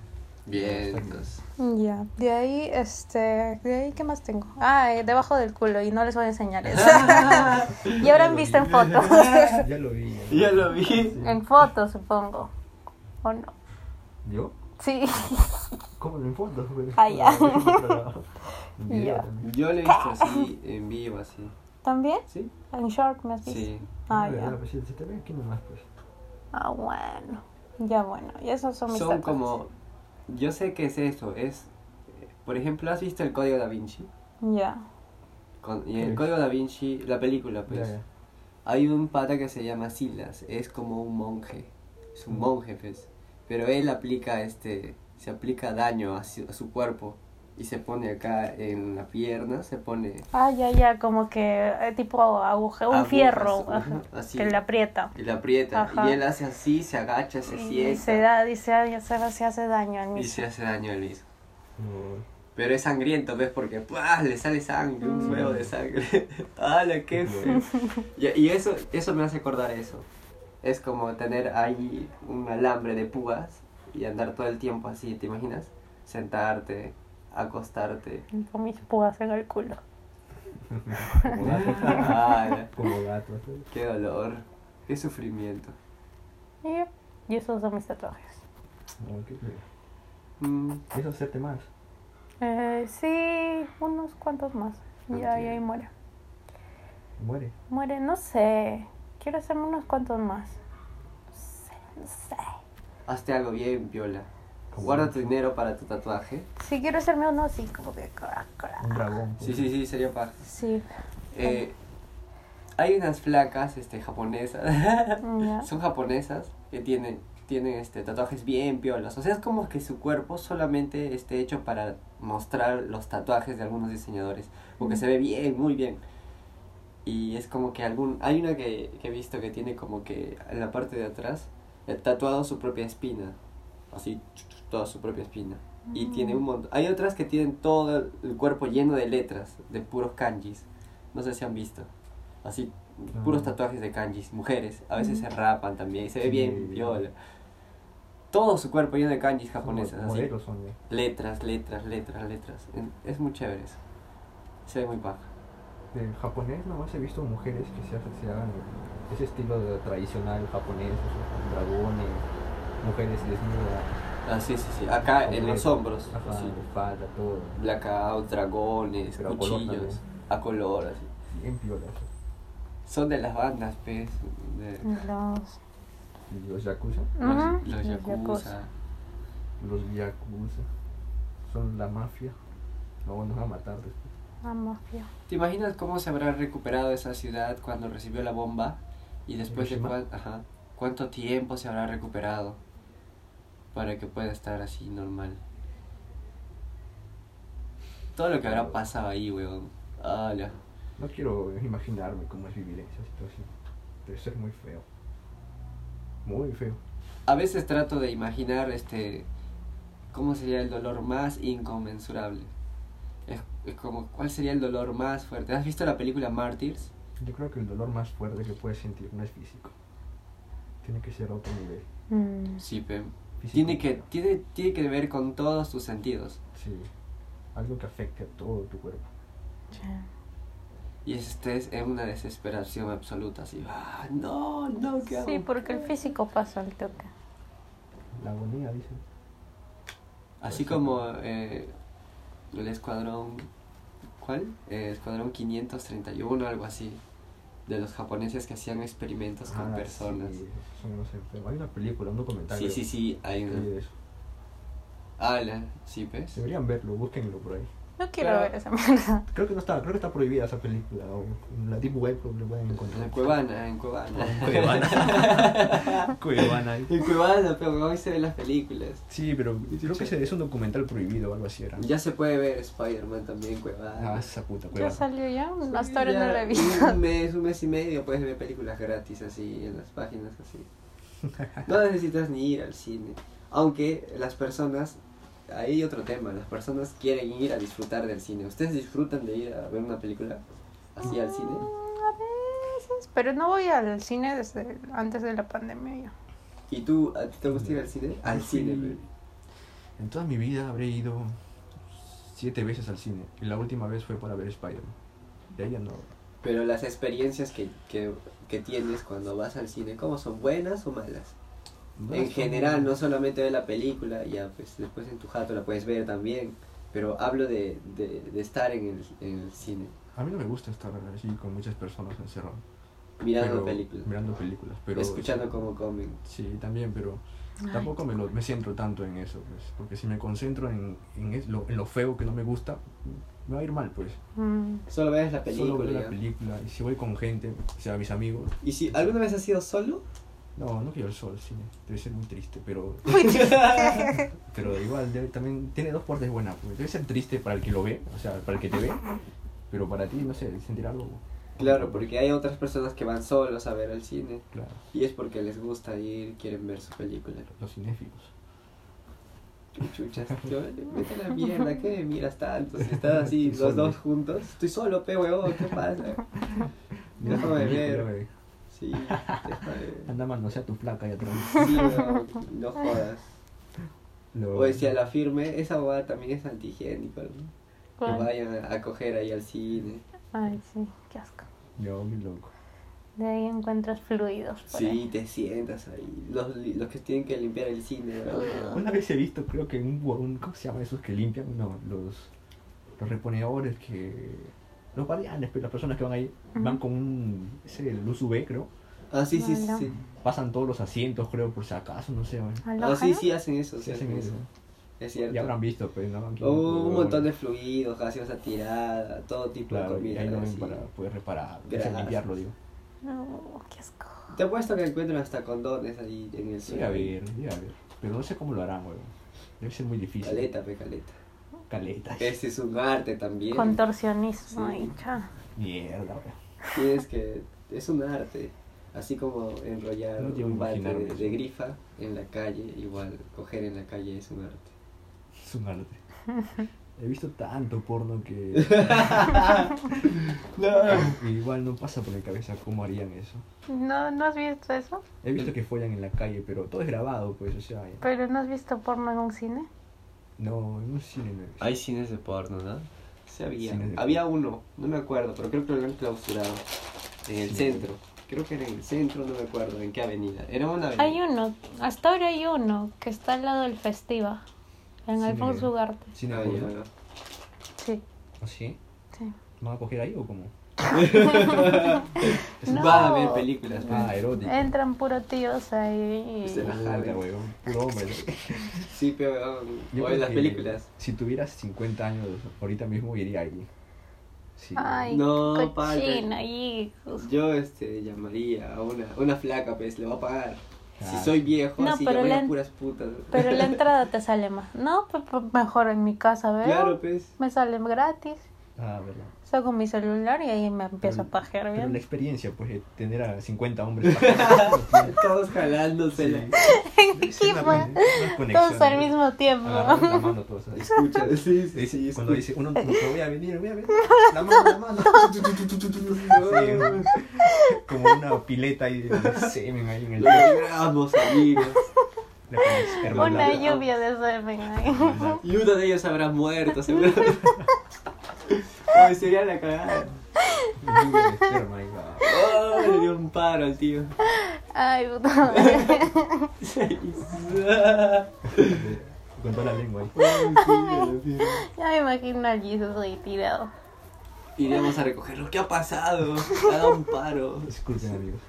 Bien,
Perfecto.
entonces.
Ya, de ahí, este, de ahí, ¿qué más tengo? Ah, eh, debajo del culo y no les voy a enseñar eso. y ahora han visto en fotos.
ya lo vi.
Ya lo vi.
en fotos, supongo. ¿O no?
¿Yo?
Sí.
¿Cómo lo enfondo?
Ah, ya.
En video
Ya.
también.
Yo la he visto así, en vivo, así.
¿También?
¿Sí?
En short me has visto.
Sí.
Ah,
No,
ya.
¿verdad? Pues, si- si te ve aquí nomás, pues.
Ah, bueno. Ya bueno, y esos son mis
Son
tacos.
como. Yo sé que es eso, es. Por ejemplo, ¿has visto el código da Vinci?
Ya.
Con- y en el
Sí.
código da Vinci, la película, pues.
Ya, ya.
Hay un pata que se llama Silas, es como un monje. Es un monje, pues. Pero él aplica este. Se aplica daño a su, a su cuerpo. Y se pone acá en la pierna, se pone.
Ah, ya, ya, como que eh, tipo agujero, un
Agujas,
fierro
ajá,
ajá,
así.
que le aprieta.
Y la aprieta.
Ajá.
Y él hace así, se agacha, se
Y
sienta.
se da, dice, "Ay, ya se, se hace daño al
Y
mismo.
se hace daño él mismo.
No.
Pero es sangriento, ¿ves? Porque ¡pua! le sale sangre, un
Mm.
huevo de sangre. ¡Hala, qué feo! Y, y eso, eso me hace acordar eso. Es como tener ahí un alambre de púas y andar todo el tiempo así, ¿te imaginas? Sentarte, acostarte.
Con mis púas en el culo.
Como gato.
¡Hala!
Como ¿eh? gato.
¡Qué dolor! ¡Qué sufrimiento!
Y, y esos son mis tatuajes.
No, qué feo.
Mm,
¿Quieres hacerte más?
Eh, sí, unos cuantos más. Y
Ok.
ahí, ahí muere.
Muere.
Muere, no sé. Quiero hacerme unos cuantos más. No sé, no sé.
hazte algo bien, Viola.
Como
Guarda
un-
tu dinero para tu tatuaje.
Sí, quiero hacerme uno así, como que... cra, cra.
Un dragón. pues.
Sí, sí, sí, sería paja.
Sí.
Eh, hay unas flacas este, japonesas.
Ya.
Son japonesas que tienen, tienen este, tatuajes bien piolas. O sea, es como que su cuerpo solamente esté hecho para mostrar los tatuajes de algunos diseñadores. Porque se ve bien, muy bien. Y es como que algún... Hay una que, que he visto que tiene como que en la parte de atrás eh, tatuado su propia espina. Así, chu, chu, toda su propia espina. Y tiene un montón... Hay otras que tienen todo el cuerpo lleno de letras, de puros kanjis. No sé si han visto. Así, puros
No.
tatuajes de kanjis. Mujeres, a veces se rapan también y se ve
Sí.
bien viola. Todo su cuerpo lleno de kanjis
Son
japonesas.
mo-
así.
Modelos son, ya.
Letras, letras, letras, letras. En- Es muy chévere eso. Se ve muy paja.
Del japonés nomás he visto mujeres que se, hace- se hagan ese estilo de- tradicional japonés, esos dragones, mujeres desnudas.
Ah, sí, sí, sí. Acá en los
completas,
hombros.
Ajá,
así.
espalda, todo.
Blackout, dragones,
Pero a color
cuchillos.
también.
A color, así.
Bien piola eso.
Son de las bandas, pues. de
Los...
Y Los yakuza,
los,
Ujú,
los yakuza.
los yakuza, son la mafia. No, nos van a matar después.
La mafia.
¿Te imaginas cómo se habrá recuperado esa ciudad cuando recibió la bomba? Y después de
Hiroshima.
cuán- ajá, cuánto tiempo se habrá recuperado para que pueda estar así normal. Todo lo que habrá pasado ahí, weón. Ala.
No quiero imaginarme cómo es vivir en esa situación. Debe ser muy feo. Muy feo.
A veces trato de imaginar este cómo sería el dolor más inconmensurable. Es, es como, ¿cuál sería el dolor más fuerte? ¿Has visto la película Martyrs?
Yo creo que el dolor más fuerte que puedes sentir no es físico. Tiene que ser a otro nivel.
Mm.
Sí, Pem.
Físico.
Tiene que, tiene, tiene que ver con todos tus sentidos.
Sí. Algo que afecte a todo tu cuerpo.
Y estés en una desesperación absoluta, así, ah, no, no, ¿qué hago?
Sí, porque el físico pasa al toque.
La agonía, dicen.
Así como eh, el escuadrón, ¿cuál? Eh, escuadrón 531, algo así, de los japoneses que hacían experimentos con
Ah,
personas.
sí, son unos enfermos. Hay una película, un
Sí,
documentario.
sí, sí, hay
que
una.
de eso.
Ala, sí, ¿ves?
Deberían verlo, búsquenlo por ahí.
No quiero
Pero-
ver esa mierda.
Creo que no está, creo que está prohibida esa película. O en la Deep Web lo pueden encontrar.
En Cuevana, en Cuevana.
Cuevana.
en Cuevana, pero hoy se ven las películas.
Sí, pero creo que ese es un documental prohibido o algo así era.
Ya se puede ver Spider-Man también en Cuevana.
Ah, esa puta
Ya
cueva.
salió ya, hasta ahora no
Ya
la he visto.
Un mes, un mes y medio puedes ver películas gratis así en las páginas así. No necesitas ni ir al cine. Aunque las personas, ahí hay otro tema, las personas quieren ir a disfrutar del cine. ¿Ustedes disfrutan de ir a ver una película así al cine?
Mm, A veces, pero no voy al cine desde antes de la pandemia ya.
¿Y tú, a ti te gusta ir al cine? Al
Yo fui-
cine. pero-
En toda mi vida habré ido siete veces al cine. Y la última vez fue para ver Spider-Man. De ahí ya no.
Pero las experiencias que, que, que tienes cuando vas al cine, ¿cómo son? ¿Buenas o malas?
no
En
son-
general, no solamente ver la película, ya pues después en tu jato la puedes ver también, pero hablo de, de, de estar en el, en el cine.
A mí no me gusta estar así con muchas personas encerrado.
Mirando
pero-
películas.
Mirando películas, pero...
Escuchando cómo comen.
Sí, también, pero tampoco me, lo- me centro tanto en eso, pues, porque si me concentro en, en es- lo, en lo feo que no me gusta, me va a ir mal, pues.
Mm,
Solo ves
Solo
la película.
veo
ya.
la película, y si voy con gente, o sea, mis amigos,
¿Y si alguna vez has sido solo?
no, no quiero el sol, al cine, debe ser muy triste, pero, pero igual, debe- también tiene dos partes buenas, pues. debe ser triste para el que lo ve, o sea, para el que te ve, pero para ti, no sé, sentir algo,
Claro, porque hay otras personas que van solos a ver al cine.
claro,
Y es porque les gusta ir, quieren ver su película.
los cinéfilos.
Chuchas, yo, vete a la mierda, ¿qué me miras tanto? Si estás así,
Estoy
los
solo.
dos juntos. Estoy solo, pe huevón, ¿qué pasa?
Mira
Déjame
la
ver.
película, eh.
Sí, déjame.
Anda mal, no sea tu placa allá atrás.
Sí, huevón, no jodas.
Lo-
O decía la firme, esa bobada también es antihigiénica, ¿no? Que vayan a coger ahí al cine.
Ay, sí, qué asco.
Yo, mi loco.
De ahí encuentras fluidos. por
Sí,
ahí.
te sientas ahí. Los, li- los que tienen que limpiar el cine, ¿verdad?
Una vez he visto, creo que un, un ¿cómo se llama esos que limpian? No, los, los reponedores que... Los guardianes, pero las personas que van ahí van con un... Ese luz UV, creo.
Ah, sí, sí, sí. sí.
Pasan todos los asientos, creo, por si acaso, no sé, bueno.
Ah, sí,
Halógeno.
sí, hacen eso.
Sí, hacen eso.
Es
Ya
cierto.
habrán visto, pero no Aquí no
Hubo
puedo,
un montón
bueno.
de fluidos, gaseosa tirada, todo tipo de
Claro, y
comida.
ahí lo ven
así.
para poder reparar, o sea,
Grasa.
limpiarlo, digo.
No, qué asco.
Te apuesto que encuentran hasta condones ahí en el
Sí, a ver, sí, a ver. Pero no sé cómo lo harán, weón. Debe ser muy difícil.
Caleta, pe, caleta.
Caleta.
Ese es un arte también.
Contorsionismo
Sí.
y cha.
Mierda, weón.
Tienes que. Es un arte. Así como enrollar
No llego a
un bate de,
imaginarme
de
eso.
grifa en la calle, igual coger en la calle es un arte.
Es un arte. He visto tanto porno que... Y Igual no pasa por mi cabeza cómo harían eso.
¿No, ¿No has visto eso?
He visto que follan en la calle, pero todo es grabado, pues, o sea, eh,
¿Pero no has visto porno en un cine?
no, en un cine no he visto.
Hay cines de porno, ¿no? Sí, había.
Cines de
había uno, no me acuerdo, pero creo que lo habían clausurado. En el
Sí.
centro. Creo que era en el centro, no me acuerdo en qué avenida. Era una avenida.
Hay uno, hasta ahora hay uno que está al lado del festiva. En
Sí,
Alfonso
mira.
Ugarte.
¿Cine
Ah,
porno?
ya.
Sí.
¿Ah, sí?
Sí.
¿Me van a coger ahí o cómo?
No.
Va a ver películas. pero-
Ah, erótico.
Entran puro tíos
Este
ahí.
Se
y-
la
Puta,
jala.
weón, puro hombre. ¿no?
Sí, pero um,
Yo
o
creo
en las
que
películas.
Si tuvieras 50 años, ahorita mismo iría ahí. Sí.
Ay,
No,
qué
padre.
cochino, hijos.
Yo este llamaría a una, una flaca, pues le voy a pagar.
Claro.
Si soy viejo,
No,
así
pero
llamaría
la-
puras putas.
Pero la entrada te sale más. No, pe- pe- mejor en mi casa, veo.
Claro, pues.
Me sale gratis.
Ah, verdad.
Saco mi celular y ahí me empiezo
Pero-
a pajear
Pero la
bien.
experiencia, pues, de tener a 50 hombres. Debe
Todos jalándosela.
ser una con- una conexión,
Todos al
¿no?
mismo tiempo.
Agarrando la mano todos así.
Escucha, sí,
Sí,
sí, sí.
cuando
escucha.
dice uno, no, voy a venir, voy a venir. La mano, la mano. Sí, como una pileta ahí de semen ahí en el
Lo logramos, amigos.
la conex- hermandad.
Una lluvia de semen ahí.
Hermandad.
Y uno de ellos habrá muerto, seguro. Ay, sería la cagada.
Lluvia de esperma, ahí va.
Ay, Oh, le dio un paro al tío.
Ay, puta madre.
Con toda la lengua ahí.
Ya me imagino al Jesus ahí tirado.
Iremos a recogerlo. ¿Qué ha pasado? Ha dado un paro.
Disculpen, amigos.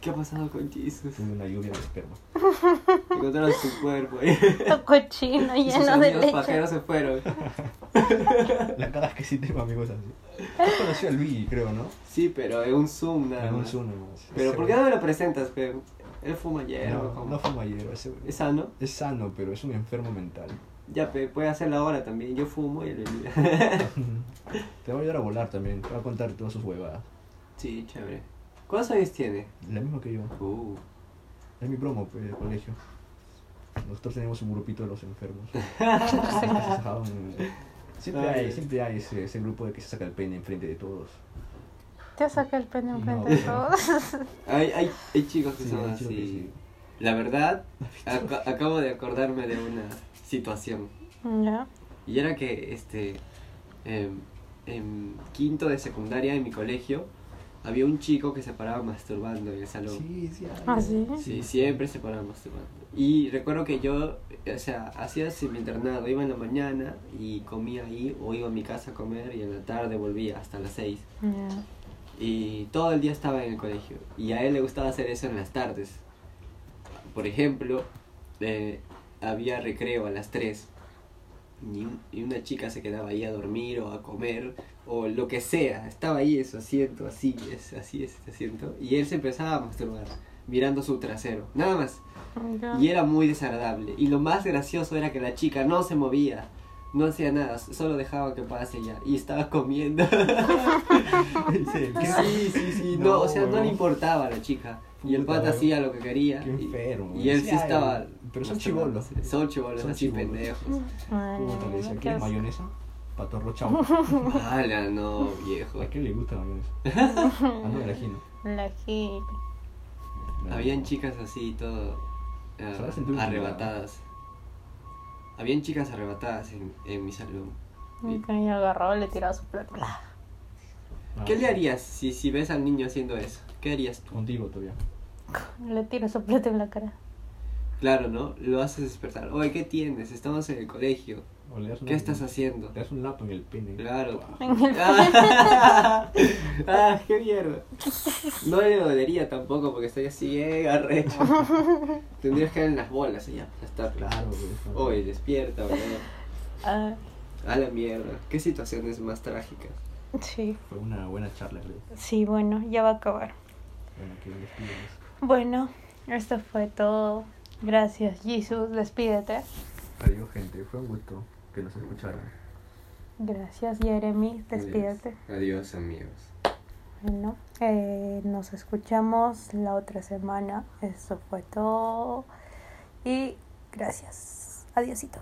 ¿Qué ha pasado con Jesus?
Tuve una lluvia de esperma.
Encontraron su cuerpo. ¿eh?
Todo cochino,
Y sus
lleno de
amigos
leche.
pajeros se fueron.
La cara es que sí tengo amigos así. Yo conocí a Luigi, creo, ¿no?
Sí, pero en un Zoom nada
En un
más.
Zoom, nomás.
Pero
Ese
¿por qué no
güey-
me lo presentas, pe? Él fuma hierba.
No,
como-
no fue mayero. Ese... güey.
¿Es sano?
Es sano, pero es un enfermo mental.
Ya, pe, puede hacerlo ahora también. Yo fumo y él bebía.
Te va a ayudar a volar también. Te va a contar todas sus huevadas.
sí, chévere. ¿Cuántos años tiene?
La misma que yo.
Uh,
Es mi promo pues, de colegio. Nosotros tenemos un grupito de los enfermos. siempre hay, siempre hay ese, ese grupo de que se saca el pene enfrente de todos.
Te saca el pene enfrente
No.
de todos.
hay, hay, hay chicos que
Sí,
son
hay
así.
chicos que sí.
La verdad, ac- acabo de acordarme de una situación.
Ya.
Y era que, este, em, en quinto de secundaria en mi colegio, había un chico que se paraba masturbando en el salón.
Sí, sí, hay.
¿Ah, sí?
Sí, siempre se paraba masturbando. Y recuerdo que yo, o sea, hacía así mi internado, iba en la mañana y comía ahí, o iba a mi casa a comer y en la tarde volvía hasta las 6.
Ya.
Y todo el día estaba en el colegio. Y a él le gustaba hacer eso en las tardes. Por ejemplo, eh, había recreo a las 3. Y, un- y una chica se quedaba ahí a dormir o a comer o lo que sea. Estaba ahí en su asiento, así es, así es, este asiento. Y él se empezaba a masturbar, mirando su trasero. Nada más. Y era muy desagradable. Y lo más gracioso era que la chica no se movía. No hacía nada, s- solo dejaba que pase ya. Y estaba comiendo.
¿En serio?
sí, sí, sí. No, o sea, no le importaba a la chica. Y el
Puta,
pata
weón.
hacía lo que quería.
Qué
y-
enfermo.
Y él sí
Ya,
estaba.
Pero son
masturbándose.
chibolos.
Son chibolos,
Son
así
chibolos.
pendejos.
Ay,
Puta, le decía,
qué
¿quieres
asco.
mayonesa? Patorro chamo.
Ala, no, viejo.
¿A qué le gusta la mayonesa? Ah, no, imagino.
La gil.
Habían chicas así, todo. ah,
Se va a sentir un
arrebatadas. Habían chicas arrebatadas en, en mi salón.
Y que me agarraba le tiraba su plato.
Ah,
¿Qué le harías si, si ves al niño haciendo eso? ¿Qué harías tú?
Contigo todavía.
Le tiro su plato en la cara.
Claro, ¿no? Lo haces despertar. Oye, ¿qué tienes? Estamos en el colegio.
O le das
¿Qué
una-
estás haciendo?
Le das un lapo en el pene.
Claro.
En el-
ah, ah, qué mierda. No le dolería tampoco porque estaría así bien arrecho. Tendrías que dar en las bolas y ya. Ya está.
Claro, güey.
Oye, despierta, boludo.
Ah,
A la mierda. ¿Qué situaciones más trágicas?
sí.
Fue una buena charla, creo.
Sí, bueno, ya va a acabar.
Bueno, que despides.
Bueno, esto fue todo. Gracias, Jesus. Despídete.
Adiós, gente. Fue un gusto que nos escucharan.
Gracias, Jeremy. Despídete.
Adiós, amigos.
Bueno, eh, nos escuchamos la otra semana. Eso fue todo. Y gracias. Adiósito.